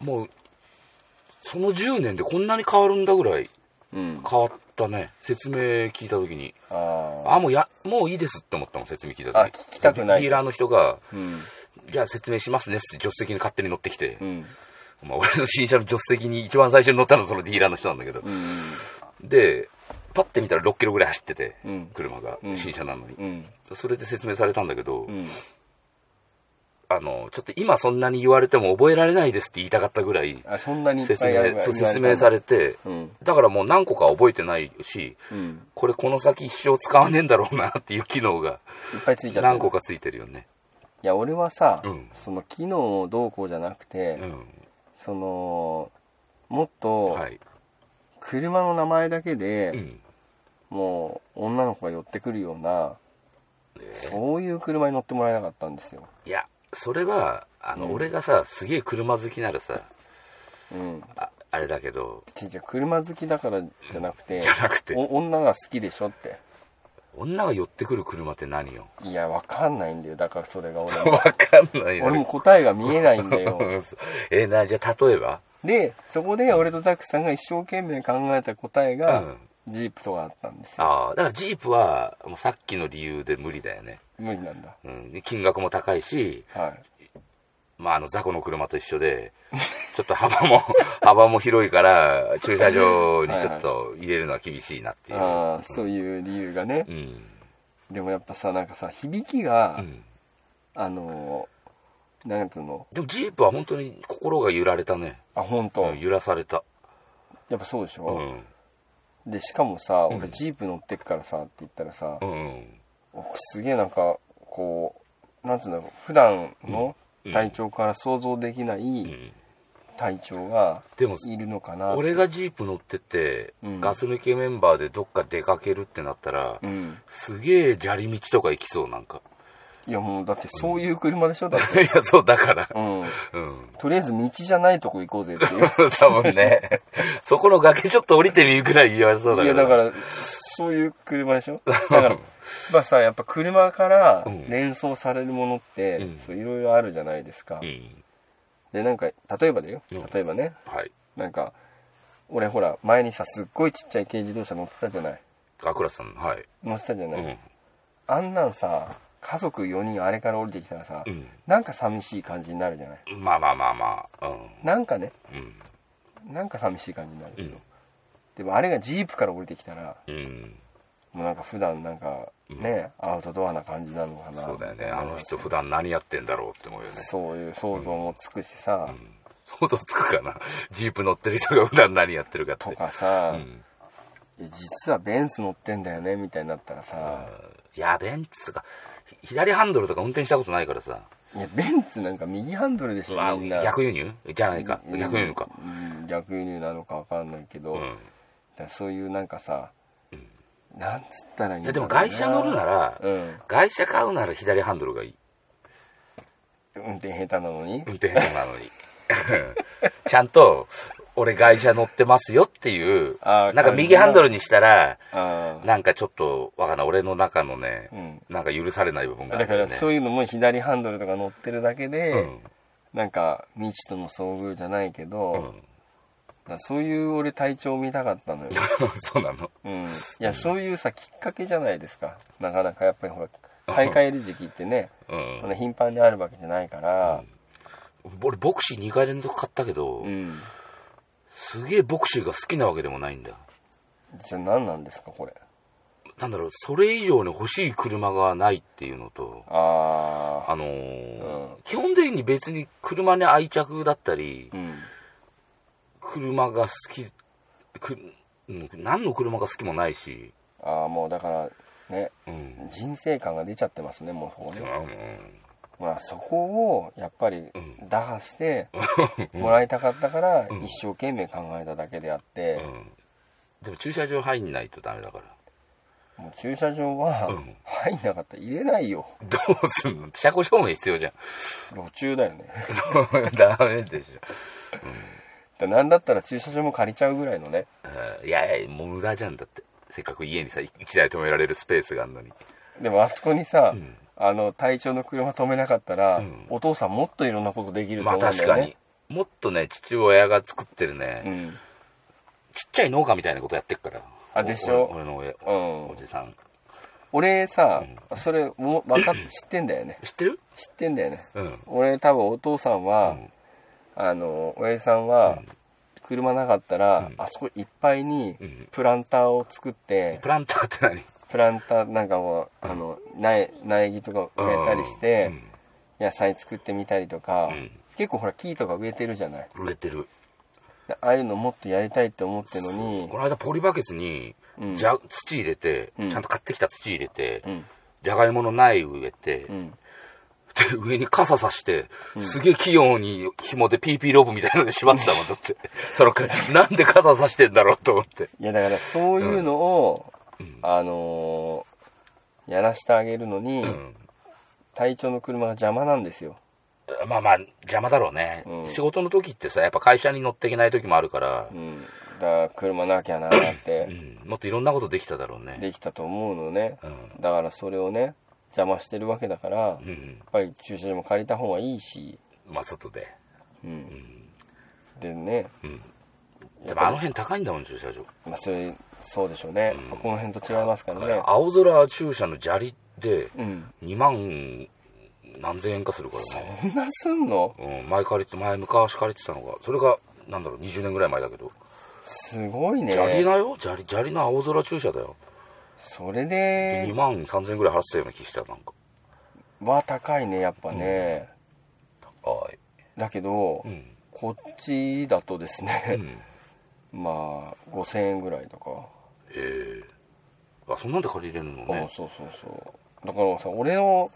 S3: もう、その10年でこんなに変わるんだぐらい
S2: うん。
S3: 変わったね。説明聞いたときに。
S2: あ
S3: あ、もうや、もういいですって思ったもん、説明聞いたとき。
S2: あ聞きたくない
S3: ディーラーの人が、
S2: あ。うん。
S3: じゃあ説明しますねって助手席に勝手に乗ってきて
S2: う、ん。
S3: まあ、俺の新車の助手席に一番最初に乗ったのはそのディーラーの人なんだけど、
S2: うん。
S3: でパッて見たら6キロぐらい走ってて、
S2: うん
S3: 車が
S2: うん
S3: 新車なのに、
S2: うん。
S3: それで説明されたんだけど、
S2: うん。
S3: あのちょっと今そんなに言われても覚えられないですって言いたかったぐらい
S2: あ、そんなにいっ
S3: 説
S2: ぱいやる
S3: 明そう説明されて、
S2: うん。
S3: だからもう何個か覚えてないし
S2: うん。
S3: これこの先一生使わねえんだろうなっていう機能が
S2: いっぱいついちゃった。
S3: 何個かついてるよね
S2: いや、俺はさ、
S3: うん
S2: その機能をどうこうじゃなくて、
S3: う
S2: その、もっ
S3: ん
S2: と
S3: は、い、
S2: 車の名前だけ
S3: う
S2: で、
S3: ん、
S2: もう、女の子が寄ってくるような、
S3: ね
S2: そういう車に乗ってもらえなかったんですよ。
S3: いやそれはあの、
S2: うん
S3: 俺がさすげえ車好きならさ
S2: うん。
S3: ああれだけど
S2: ちじゃ車好きだからじゃなくて
S3: じゃなくて
S2: お女が好きでしょって
S3: 女が寄ってくる車って何よ
S2: いやわかんないんだよだからそれが
S3: <laughs>
S2: 俺も
S3: わかんないな
S2: 俺も答えが見えないんだよ
S3: <laughs> うんえなじゃあ例えば
S2: でそこで俺とザックさんが一生懸命考えた答え
S3: う
S2: が
S3: ん
S2: ジープとかだったんですよ
S3: ああだからジープはもうさっきの理由で無理だよね、
S2: 無理なんだ
S3: うん、で金額も高いし、
S2: はい
S3: まあ、あの雑魚の車と一
S2: <laughs>
S3: 緒でちょっと幅も幅も広いから駐車場にちょっと入れるのは厳しいなっていう
S2: ああそういう理由がね
S3: う、ん
S2: でもやっぱさなんかさ響き
S3: う
S2: が、
S3: ん、
S2: あのーなんつうの
S3: でもジープは本当に心が揺られたね、
S2: あ本当、
S3: うん、揺らされた、
S2: やっぱそうでし
S3: う
S2: ょ、
S3: ん
S2: でしかもさ
S3: う
S2: 俺
S3: ん
S2: ジープ乗ってっからさって言ったらさ、
S3: うん、
S2: 僕すげえなんかこうなんつうんだろう普段の
S3: うん
S2: 体調から想像できな
S3: う
S2: い
S3: ん、
S2: 体調が
S3: でも
S2: いるのかな、
S3: 俺がジープ乗ってて、
S2: うん
S3: ガス抜けメンバーでどっか出かけるってなったら、
S2: うん
S3: すげえ砂利道とか行きそうなんか <laughs>
S2: いやもうだってそういう車でしょだって
S3: いやそうだから
S2: うん
S3: うん
S2: とりあえず道じゃないとこ行こうぜ
S3: <laughs>
S2: っていう
S3: 多分ね <laughs> そこの崖ちょっと降りてみるくらい言われそうだ
S2: い
S3: か
S2: やだ
S3: ら
S2: からそういう車でしょだからやっぱさやっぱ車から
S3: うん
S2: 連想されるものって、
S3: うん
S2: そういろいろあるじゃないですか、
S3: うん
S2: でなんか例えばだよ
S3: うん
S2: 例えばね
S3: はい
S2: なんか俺ほら前にさすっごいちっちゃい軽自動車乗ってたじゃない
S3: あ倉さんはい
S2: 乗ってたじゃ
S3: う
S2: ない、
S3: ん
S2: あんなんさ家族4人あれから降りてきたらさ、
S3: うん
S2: なんか寂しい感じになるじゃない
S3: まあまあまあまあ
S2: なんかね
S3: うんうん
S2: なんか寂しい感じになるけ
S3: う
S2: ど、
S3: ん
S2: でもあれがジープから降りてきたら
S3: うん
S2: もうなんか普段なんかね、アウトドアな感じなのかな
S3: そうだよ
S2: みた
S3: ね
S2: いな
S3: あの人普段何やってんだろうって思うよね
S2: そういう想像もつくしさ、
S3: うん想像つくかなジープ乗ってる人が普段何やってるかって
S2: とかさ、
S3: うん
S2: いや実はベンツ乗ってんだよねみたいになったらさ、
S3: いやベンツとかひ左ハンドルとか運転したことないからさ
S2: いやベンツなんか右ハンドルでし
S3: うわ
S2: ょみんな
S3: 逆輸入じゃないか
S2: うん
S3: 逆輸入か
S2: うん逆輸入なのかわかんないけど、
S3: うん
S2: だからそういうなんかさ、なんつったらいいんだろ
S3: いやで
S2: う
S3: も
S2: な
S3: 外車乗るなら
S2: うん
S3: 外車買うなら左ハンドルがいい
S2: 運転下手なのに
S3: 運転手なのに <laughs> ちゃんと俺外車乗ってますよっていう
S2: あ
S3: な
S2: ー
S3: んか右ハンドルにしたら
S2: ああ
S3: なんかちょっとわかんない俺の中のね
S2: うん
S3: なんか許されない部分があ
S2: だ
S3: る
S2: か
S3: んよ
S2: ら
S3: ね
S2: そういうのも左ハンドルとか乗ってるだけで、
S3: うん
S2: なんか未知との遭遇じゃないけど、
S3: う
S2: だか
S3: ん <laughs>
S2: らそういう俺体調を見たかったのよ、
S3: そうなの
S2: うん、いやそういうさきっかけじゃないですかなかなかやっぱりほら買い替える時期ってね
S3: う
S2: そんなん頻繁にあるわけじゃないから
S3: 俺ボクシー2回連続買ったけど
S2: うん
S3: すげえボクシーが好きなわけでもないんだ
S2: じゃあ何なんですかこれ
S3: なんだろうそれ以上に欲しい車がないっていうのと
S2: ああ
S3: あのー
S2: うん
S3: 基本的に別に車に愛着だったり
S2: う、ん
S3: 車が好き、くうん何の車が好きもないし、
S2: ああもうだからね
S3: うん。
S2: 人生観が出ちゃってますねもうここ
S3: う
S2: ね、
S3: ん
S2: まあ、そこをやっぱり
S3: うん
S2: 打破してもらいたかったから
S3: うん
S2: 一生懸命考えただけであって
S3: う、んでも駐車場入んないとダメだから。
S2: もう駐車場は
S3: うん
S2: 入んなかったら入れないよ
S3: どうすんの車庫証明必要じゃん。 <laughs>
S2: 路中だよね
S3: ダメでしょ。
S2: だなんだったら駐車場も借りちゃうぐらいのね
S3: うんいやいや、もう無駄じゃんだって。せっかく家にさ、1台止められるスペースがあるのに。
S2: でもあそこにさ、
S3: うん
S2: あの隊長の車止めなかったら、
S3: うん
S2: お父さんもっといろんなことできると
S3: ま
S2: 思
S3: あ
S2: うんだよ
S3: 確か
S2: ね
S3: に、もっとね、父親が作ってるね、
S2: うん
S3: ちっちゃい農家みたいなことやってっから。
S2: あでしょ
S3: お俺の親、
S2: うん
S3: おじさん。
S2: 俺さ、それも分
S3: <clears throat>
S2: かっ知ってんだよね
S3: 知ってる
S2: 知ってんだよね
S3: うん。
S2: 俺多分お父さんは、
S3: うん
S2: あの親父さんは、車なかったら、
S3: うん
S2: あそこいっぱいに
S3: うん
S2: プランターを作って、
S3: プランターって何
S2: プランターなんかもあの苗苗木とか植えたりして、野菜作ってみたりとか、
S3: うん
S2: 結構ほら木とか植えてるじゃない
S3: うん、売れてる。
S2: でああいうのもっとやりたいって思ってるのに
S3: この間ポリバケツに、
S2: うん
S3: じゃ、土入れて、
S2: うん
S3: ちゃんと買ってきた土入れて、
S2: うん
S3: じゃがいもの苗植えて、
S2: うん
S3: で、上に傘さして、すげえ器用に紐で PP ロープみたいなので縛ってたもん、だって。そのく
S2: <laughs>
S3: らいなんで傘さしてんだろうと思って。
S2: いやだからそういうのを、
S3: うん
S2: あのーやらしてあげるのに、
S3: うん。
S2: 隊長の車が邪魔なんですよ
S3: まあまあ、邪魔だろうね、
S2: うん
S3: 仕事の時ってさ、やっぱ会社に乗っていけない時もあるから
S2: う、んだから車なきゃなーっ
S3: う
S2: て
S3: ん、もっといろんなことできただろうね。
S2: できたと思うのね
S3: うん。
S2: だからそれをね邪魔してるわけだからやっ
S3: うん。
S2: ぱり駐車場も借りた方がいいし、
S3: まあ、外で。
S2: うん、でね、
S3: うん。でもあの辺高いんだもん、駐車場。
S2: まあ、それそうでしょうね、この辺と違いますからね
S3: 青空駐車の砂利で、
S2: うん
S3: 2万何千円かするからね。
S2: こんなすんの
S3: うん、前借りて、前昔借りてたのが、それが、なんだろう、20年ぐらい前だけど。
S2: すごいね
S3: 砂利なよ砂利、砂利の青空駐車だよ。
S2: それで
S3: で2万3000円ぐらい払ってたような気した、なんか。
S2: は高いねやっぱね、
S3: はい。
S2: だけど、
S3: うん。
S2: こっちだとです
S3: う
S2: ね、
S3: ん。
S2: <laughs> まあ5000円ぐらいとか、
S3: へえあそんなんで借りれるの
S2: あ
S3: ね
S2: そうそうそうだからさ俺の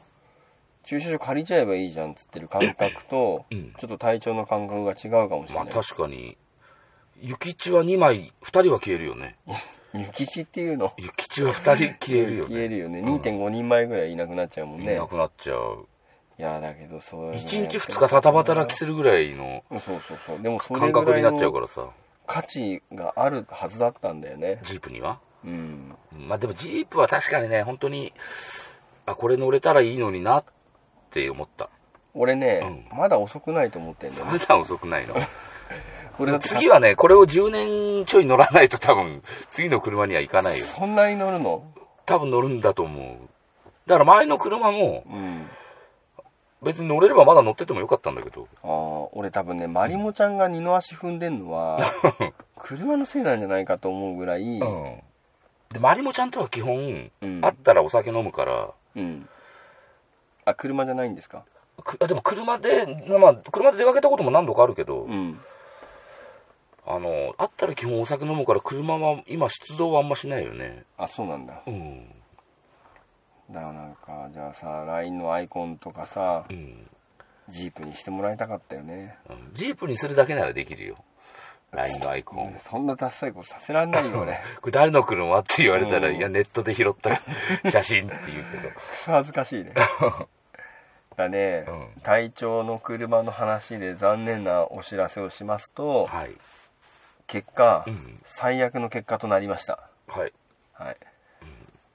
S2: 駐車場借りちゃえばいいじゃんっつってる感覚と、
S3: うん
S2: ちょっと体調の感覚が違うかもしれ
S3: ま
S2: な
S3: あ
S2: い、
S3: 確かに諭吉は2枚2人は消えるよね
S2: 諭吉っていうの
S3: 諭吉は2人消えるよね
S2: 消えるよね2.5人前ぐらいいなくなっちゃうもんね、
S3: いなくなっちゃう
S2: いやだけどそういうの
S3: 1日2日ただ働き
S2: き
S3: するぐらいの
S2: そうそうそうでもそれ
S3: 感
S2: ぐ
S3: 覚
S2: ら
S3: に
S2: い
S3: なっちゃ
S2: の
S3: うからさ
S2: 価値があるはずだったんだよね
S3: ジープには
S2: うん
S3: まあでもジープは確かにね本当にあこれ乗れたらいいのになって思った
S2: 俺ね、まだ遅くないと思ってんだよね
S3: まだ遅くないの
S2: 俺だって
S3: 次はねこれを10年ちょい乗らないと多分次の車には行かないよ
S2: そんなに乗るの
S3: 多分乗るんだと思うだから前の車も
S2: うん
S3: 別に乗れればまだ乗っててもよかったんだけど
S2: ああ俺多分ねまりもちゃんが二の足踏んでんのは車のせいなんじゃないかと思うぐらい、うん
S3: んでまりもちゃんとは基本、
S2: うん
S3: あったらお酒飲むから
S2: あ車じゃないんですか
S3: くあでも車で、まあ、車で出かけたことも何度かあるけど、
S2: うん
S3: あのあったら基本お酒飲むから車は今出動はあんましないよね
S2: あそうなんだ
S3: うん
S2: だからなんかじゃあさ LINE のアイコンとかさ
S3: うん
S2: ジープにしてもらいたかったよね
S3: うんジープにするだけならできるよ LINE のアイコン
S2: そんなダッサいことさせらんないよ俺
S3: これ誰の車って言われたら、
S2: うん
S3: いやネットで拾った <laughs> 写真って言うけ
S2: クソ恥ずかしいねだね、
S3: うん
S2: 隊長の車の話で残念なお知らせをしますと
S3: どはい
S2: 結果、
S3: うん
S2: 最悪の結果となりました
S3: はい
S2: はい、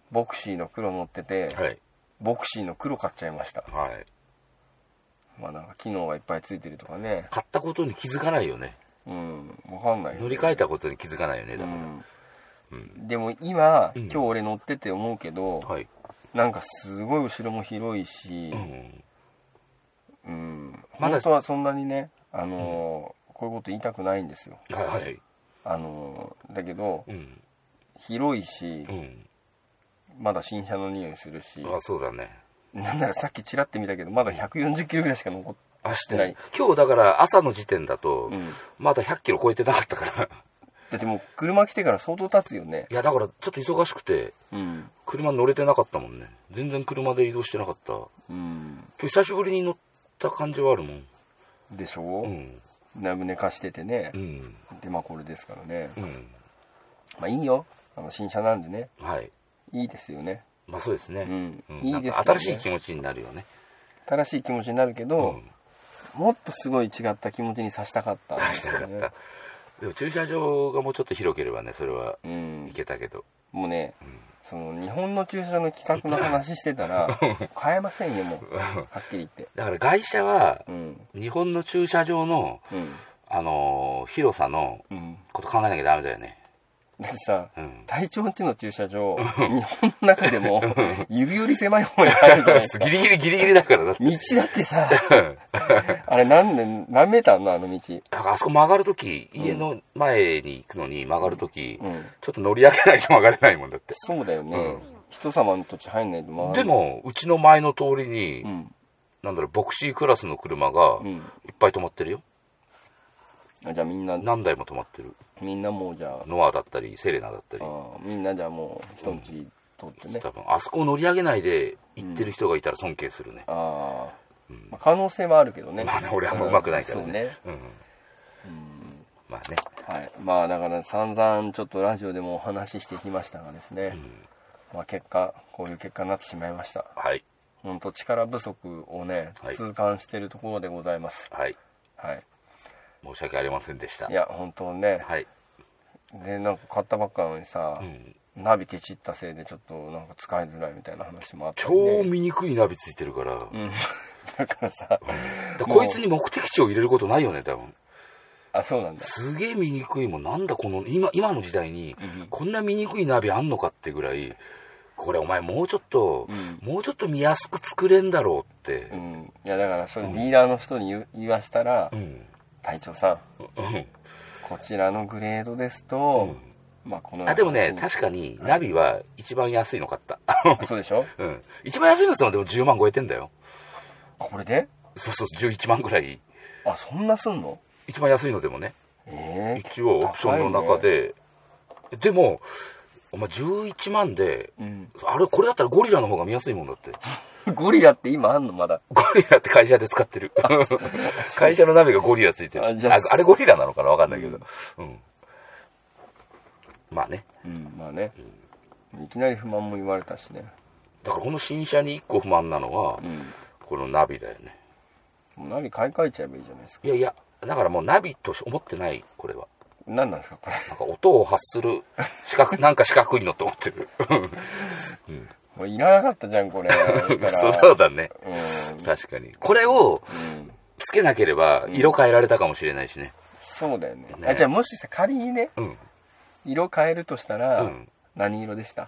S2: ボクシーの黒持ってて、
S3: はい
S2: ボクシーの黒買っちゃいました
S3: はい
S2: まあなんか機能がいっぱいついてるとかね
S3: 買ったことに気づかないよね
S2: うんわかんない
S3: 乗り換えたことに気づかないよねだ
S2: う
S3: から、
S2: ん、
S3: う
S2: でも今、
S3: うん
S2: 今日俺乗ってて思うけど、
S3: はい、
S2: なんかすごい後ろも広いし
S3: う、ん、
S2: うん
S3: まだ
S2: 本当はそんなにねあのーこういうこと言いたくないんですよ
S3: はいはい
S2: あのーだけど
S3: うん
S2: 広いし
S3: う、ん
S2: まだ新車の匂いするし、
S3: あそうだね
S2: なんならさっきちらって見たけどまだ140キロぐらいしか残って
S3: あしてて
S2: な
S3: ないい今日だから朝の時点だと、
S2: うん
S3: まだ100キロ超えてなかったから
S2: だってもう車来てから相当経つよね
S3: いやだからちょっと忙しくて
S2: うん
S3: 車乗れてなかったもんね全然車で移動してなかった今
S2: うん
S3: 日久しぶりに乗った感じはあるもん
S2: でしょ、
S3: う
S2: うんぶ寝かしててね
S3: う、ん
S2: でまあこれですからね、
S3: うん
S2: まあいいよあの新車なんでね
S3: はい
S2: いいですよね
S3: まあそうですね、
S2: うん
S3: う
S2: いいですよね
S3: なんか新しい気持ちになるよね
S2: 正しい気持ちになるけ
S3: う
S2: ど、
S3: ん
S2: もっとすごい違った気持ちにさしたかったん
S3: 出
S2: で
S3: し
S2: す
S3: た
S2: よ
S3: かったでも駐車場がもうちょっと広ければねそれは
S2: うん
S3: いけたけど、
S2: もうね、その日本の駐車場の企画の話してたら買えませんよもうはっきり言って
S3: だから外車は
S2: うん
S3: 日本の駐車場の、
S2: うん
S3: あのー広さの
S2: うん
S3: こと考えなきゃダメだよね
S2: だってさ
S3: うん
S2: 隊長んちの駐車場日本の中でも指より狭い方にあるじゃないですか
S3: ギリギリギリギリだからだって
S2: 道だって
S3: <laughs>
S2: さ
S3: うん
S2: あれ何年何メーターあんのあの道
S3: だからあそこ曲がるとき、家の前に行くのに曲がるとき、
S2: うん
S3: ちょっと乗り上げないと曲がれないもんだって。
S2: そうだよね、
S3: うん
S2: 人様の土地入んないと回
S3: で
S2: る
S3: も、うちの前の通りに、
S2: うん
S3: なんだろう、ボクシークラスの車が
S2: うん
S3: いっぱい止まってるよ。
S2: あじゃあみんな
S3: 何台も止まってる。
S2: みんなもうじゃあ
S3: ノアだったり、セレナだったり
S2: あ。ーみんなじゃあもう人んち通ってね、
S3: 多分、あそこを乗り上げないで行ってる人がいたら尊敬するね。
S2: ああ、
S3: うん
S2: まあ、可能性はあるけどね
S3: まあね、俺あんま上手くないから
S2: うんそう
S3: ね
S2: ね。
S3: うん。
S2: うん
S3: まあね。
S2: はいまあだから散々ちょっとラジオでもお話ししてきましたがですね、まあ、結果こういう結果になってしまいました
S3: はい。
S2: 本当力不足をね
S3: はい
S2: 痛感してるところでございます
S3: はい。
S2: はい、
S3: 申し訳ありませんでした。
S2: い、や本当ね、
S3: はい。
S2: でなんか買ったばっかなのにさ
S3: う、ん。
S2: ナビケチったせいでちょっとなんか使いづらいみたいな話もあったり
S3: 超
S2: ね
S3: 醜いナビついてるから。
S2: うん <laughs> だからさ
S3: だからこいつに目的地を入れることないよね、多分。
S2: あそうなんだ
S3: すげえ醜いもんなんだこの今今の時代に
S2: うん
S3: こんな醜いナビあんのかってぐらいこれお前もうちょっと、
S2: う
S3: もうちょっと見やすく作れんだろうって
S2: う、んいやだからそのディーラーの人に言う言わせたら
S3: うん
S2: 「隊長さん
S3: うん
S2: こちらのグレードですと、まあこの
S3: あでもね確かにナビは一番安いの買った、 <laughs>
S2: にそうでしょ
S3: うん、一番安いのさでも10万超えてんだよ
S2: これで
S3: そうそう11万ぐらい
S2: あそんなすんの
S3: 一番安いのでもね
S2: ええ
S3: 一応オプションの中で、でもお前11万であれこれだったらゴリラの方が見やすいもんだって
S2: うん、 <laughs> ゴリラって今あんのまだ
S3: ゴリラって会社で
S2: <laughs>
S3: 使ってる。会社の鍋がゴリラついてる。
S2: あ
S3: あ
S2: じゃあ
S3: あれゴリラなのかなわかんないけど。うん。まあね。
S2: うんまあねいきなり不満も言われたしね
S3: だからこの新車に一個不満なのは
S2: う、ん
S3: このナビだよね。
S2: もうナビ買い替えちゃえばいいじゃないですか
S3: いやいや、だからもうナビとし思ってない、これは。
S2: 何なんですかこれ
S3: なんか音を発する、四
S2: <laughs>
S3: 角、なんか四角いのと思ってる。
S2: これいらなかったじゃんこ
S3: <laughs>
S2: れそ
S3: そう
S2: したら
S3: そうだね。
S2: うん
S3: 確かに。これを
S2: うん
S3: つけなければ、色変えられたかもしれないしね。
S2: そうだよね
S3: ね
S2: あじゃあもしさ仮にね
S3: うん。
S2: 色変えるとしたら、
S3: うん
S2: 何色でした、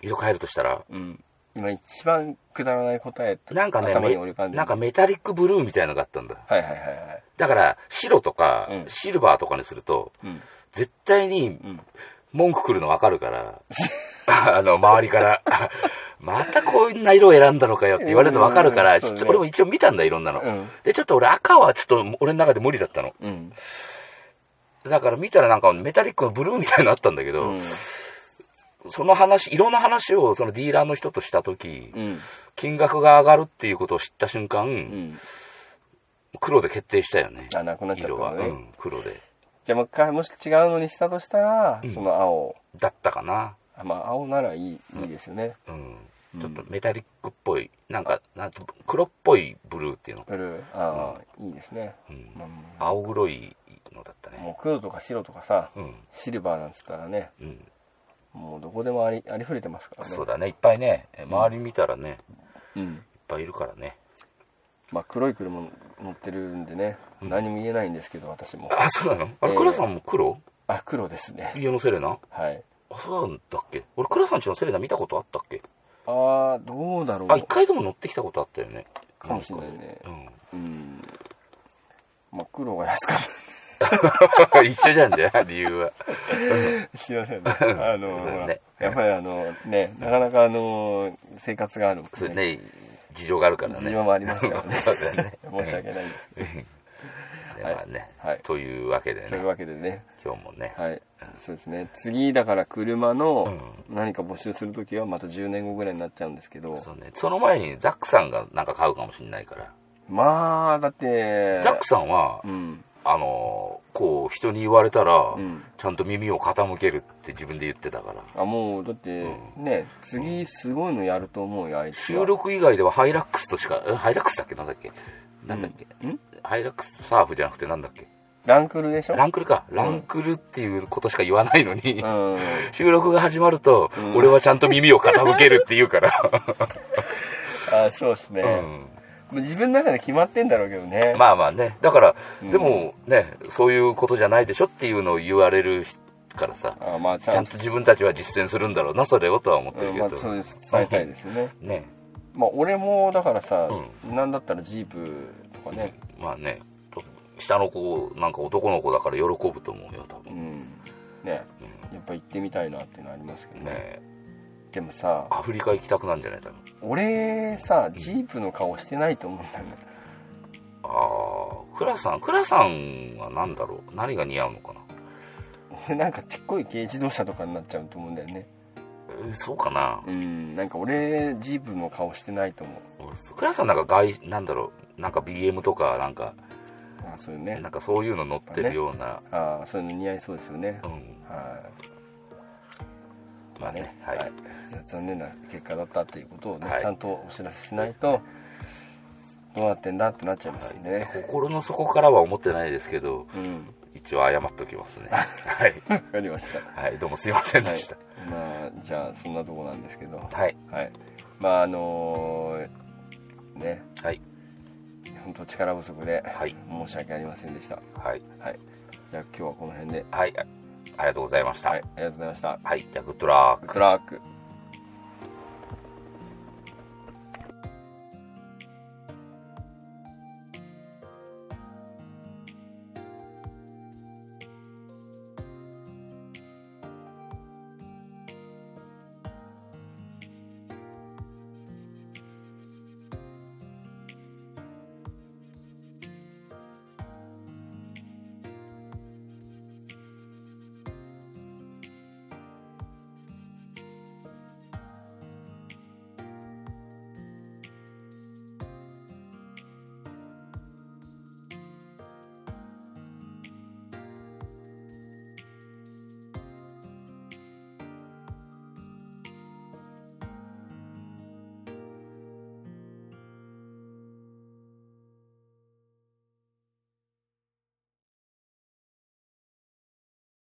S3: 色変えるとしたら、
S2: うん、今一番くだらない答え
S3: なんかね、
S2: 頭に
S3: め
S2: 折り込んでる
S3: なんかメタリックブルーみたいなのがあったんだ。
S2: はいはいはいはい
S3: だから、白とか
S2: うん、
S3: シルバーとかにすると、
S2: うん
S3: 絶対
S2: う
S3: に
S2: ん
S3: 文句くるの分かるから、 <laughs> あの、周りから、 <laughs> またこんな色を選んだのかよって言われるの分かるか
S2: う
S3: ら、
S2: んそうね
S3: ちょっと俺も一応見たんだ、いろんなの。
S2: うん
S3: で、ちょっと俺赤はちょっと俺の中で無理だったの。
S2: うん
S3: だから見たらなんかメタリックのブルーみたいなのあったんだけ
S2: う
S3: ど、
S2: ん
S3: その話、色の話をそのディーラーの人とした時、
S2: うん
S3: 金額が上がるっていうことを知った瞬間、
S2: うん
S3: 黒で決定したよね。
S2: あなくなっちゃった
S3: 色は、
S2: の
S3: う
S2: ね、
S3: ん、黒で。
S2: じゃあもう一回もし違うのにしたとしたら、
S3: うん
S2: その青
S3: だったかな。
S2: あまあ青ならいいいいですよね、
S3: うん
S2: うん
S3: ちょっとメタリックっぽい、なんか、なんと黒っぽいブルーっていうの。
S2: ブルーああ、いいですね、
S3: うん
S2: まあ
S3: 青黒いのだったね。
S2: もう黒とか白とかさ
S3: うん。
S2: シルバーなんつったらね
S3: うん。
S2: もうどこでもありありふれてますからね
S3: そうだね。いっぱいね、え周り見たらね、いっ
S2: うん
S3: ぱいいるからね。
S2: まあ黒い車乗ってるんでね、
S3: うん
S2: 何も言えないんですけど私も
S3: あ、そうなの
S2: え
S3: あれ、
S2: え
S3: 倉さんも黒
S2: あ黒ですね
S3: 家のセレナ
S2: はい
S3: あ、そうなんだっけ俺、倉さんちのセレナ見たことあったっけ
S2: ああどうだろう
S3: あ、一回でも乗ってきたことあったよね。
S2: かもしれないね
S3: うん。
S2: うんまあ黒が安かった
S3: 一緒じゃん <laughs> じゃん、理由は。
S2: すいま
S3: <laughs>
S2: せんねあの
S3: そうだ
S2: ほら
S3: ね
S2: やっぱりあのねなかなかあの生活があるん
S3: そ
S2: で
S3: れね、事情があるからね。
S2: 事情もありますから
S3: <laughs>
S2: ね
S3: そうだね。
S2: 申し訳ないですけ
S3: <laughs> でまあね、
S2: はい
S3: というわけで
S2: ど
S3: ね
S2: というわけでね
S3: 今日もね、
S2: はいそうですね次だから車
S3: う
S2: の
S3: ん
S2: 何か募集するときはまた10年後ぐらいになっちゃうんですけど
S3: そうね、その前にザックさんがなんか買うかもしれないから、
S2: まあだって
S3: ザックさんは、
S2: うん
S3: あのーこう人に言われたら、
S2: うん
S3: ちゃんと耳を傾けるって自分で言ってたから
S2: あもうだってね次すごいのやると思うよあいつは
S3: 収録以外ではハイラックスとしかえハイラックスだっけなんだっけなんだっけ、
S2: うん
S3: ハイラックスサーフじゃなくてなんだっけ
S2: ランクルでしょ
S3: ランクルか。
S2: ん
S3: ランクルっていうことしか言わないのに
S2: う、ん。
S3: <laughs> 収録が始まると
S2: う、ん
S3: 俺はちゃんと耳を傾けるって言
S2: <laughs>
S3: うから。
S2: あそうですね。
S3: うん
S2: まあ自分の中で決まってんだろうけどね。
S3: <laughs> まあまあね。だから、
S2: うん
S3: でもね、そういうことじゃないでしょっていうのを言われるからさ、
S2: あ、まあ、ち
S3: ちゃ
S2: ゃ
S3: ん
S2: んと、
S3: と自分たちは実践するんだろうな、それをとは思って
S2: う
S3: る
S2: ん
S3: け
S2: まあ、
S3: ど。
S2: そうです伝えたいですよね。
S3: ね。
S2: まあ、俺も、だからさ、なんだったらジープとかね、
S3: うんまあねと下の子なんか男の子だから喜ぶと思うよ多
S2: う
S3: 分、
S2: ん、ね、
S3: う
S2: やっぱ行ってみたいなっていうのありますけど
S3: ん、
S2: ね。
S3: ね
S2: でもさ、
S3: アフリカ行きたくなんじゃない多分
S2: 俺さ、ジープの顔してないと思うんだよね。
S3: ああクラさんクラさんは何だろう何が似合うのかな
S2: 俺なんかちっこい軽自動車とかになっちゃうと思うんだよね。
S3: えーそうかな、
S2: うん、なんか俺、ジープの顔してないと思う。
S3: クラさんなんか外なんだろうなんか BM とかなんか
S2: あそういうね
S3: なん。かそういうの乗ってるような、
S2: あそういうの似合いそうですよね。
S3: うん
S2: は
S3: まあ
S2: い、
S3: ねはい、
S2: 残念な結果だったということをね、
S3: はい
S2: ちゃんとお知らせしないとどうなってんだってなっちゃいますよね、
S3: 心の底からは思ってないですけど
S2: うん
S3: 一応謝っときます <laughs> ねはい、
S2: わかりました
S3: はい、どうもすいませんでした
S2: まあじゃあそんなとこなんですけどは
S3: はい
S2: いまああのーね
S3: はい
S2: 本当力不足で
S3: はい
S2: 申し訳ありませんでした
S3: はい
S2: はいじゃあ今日はこの辺で
S3: はい、あありがとうございました。
S2: は
S3: はいい、
S2: ありがとうございました
S3: じゃあ、グッドラーク
S2: クラーク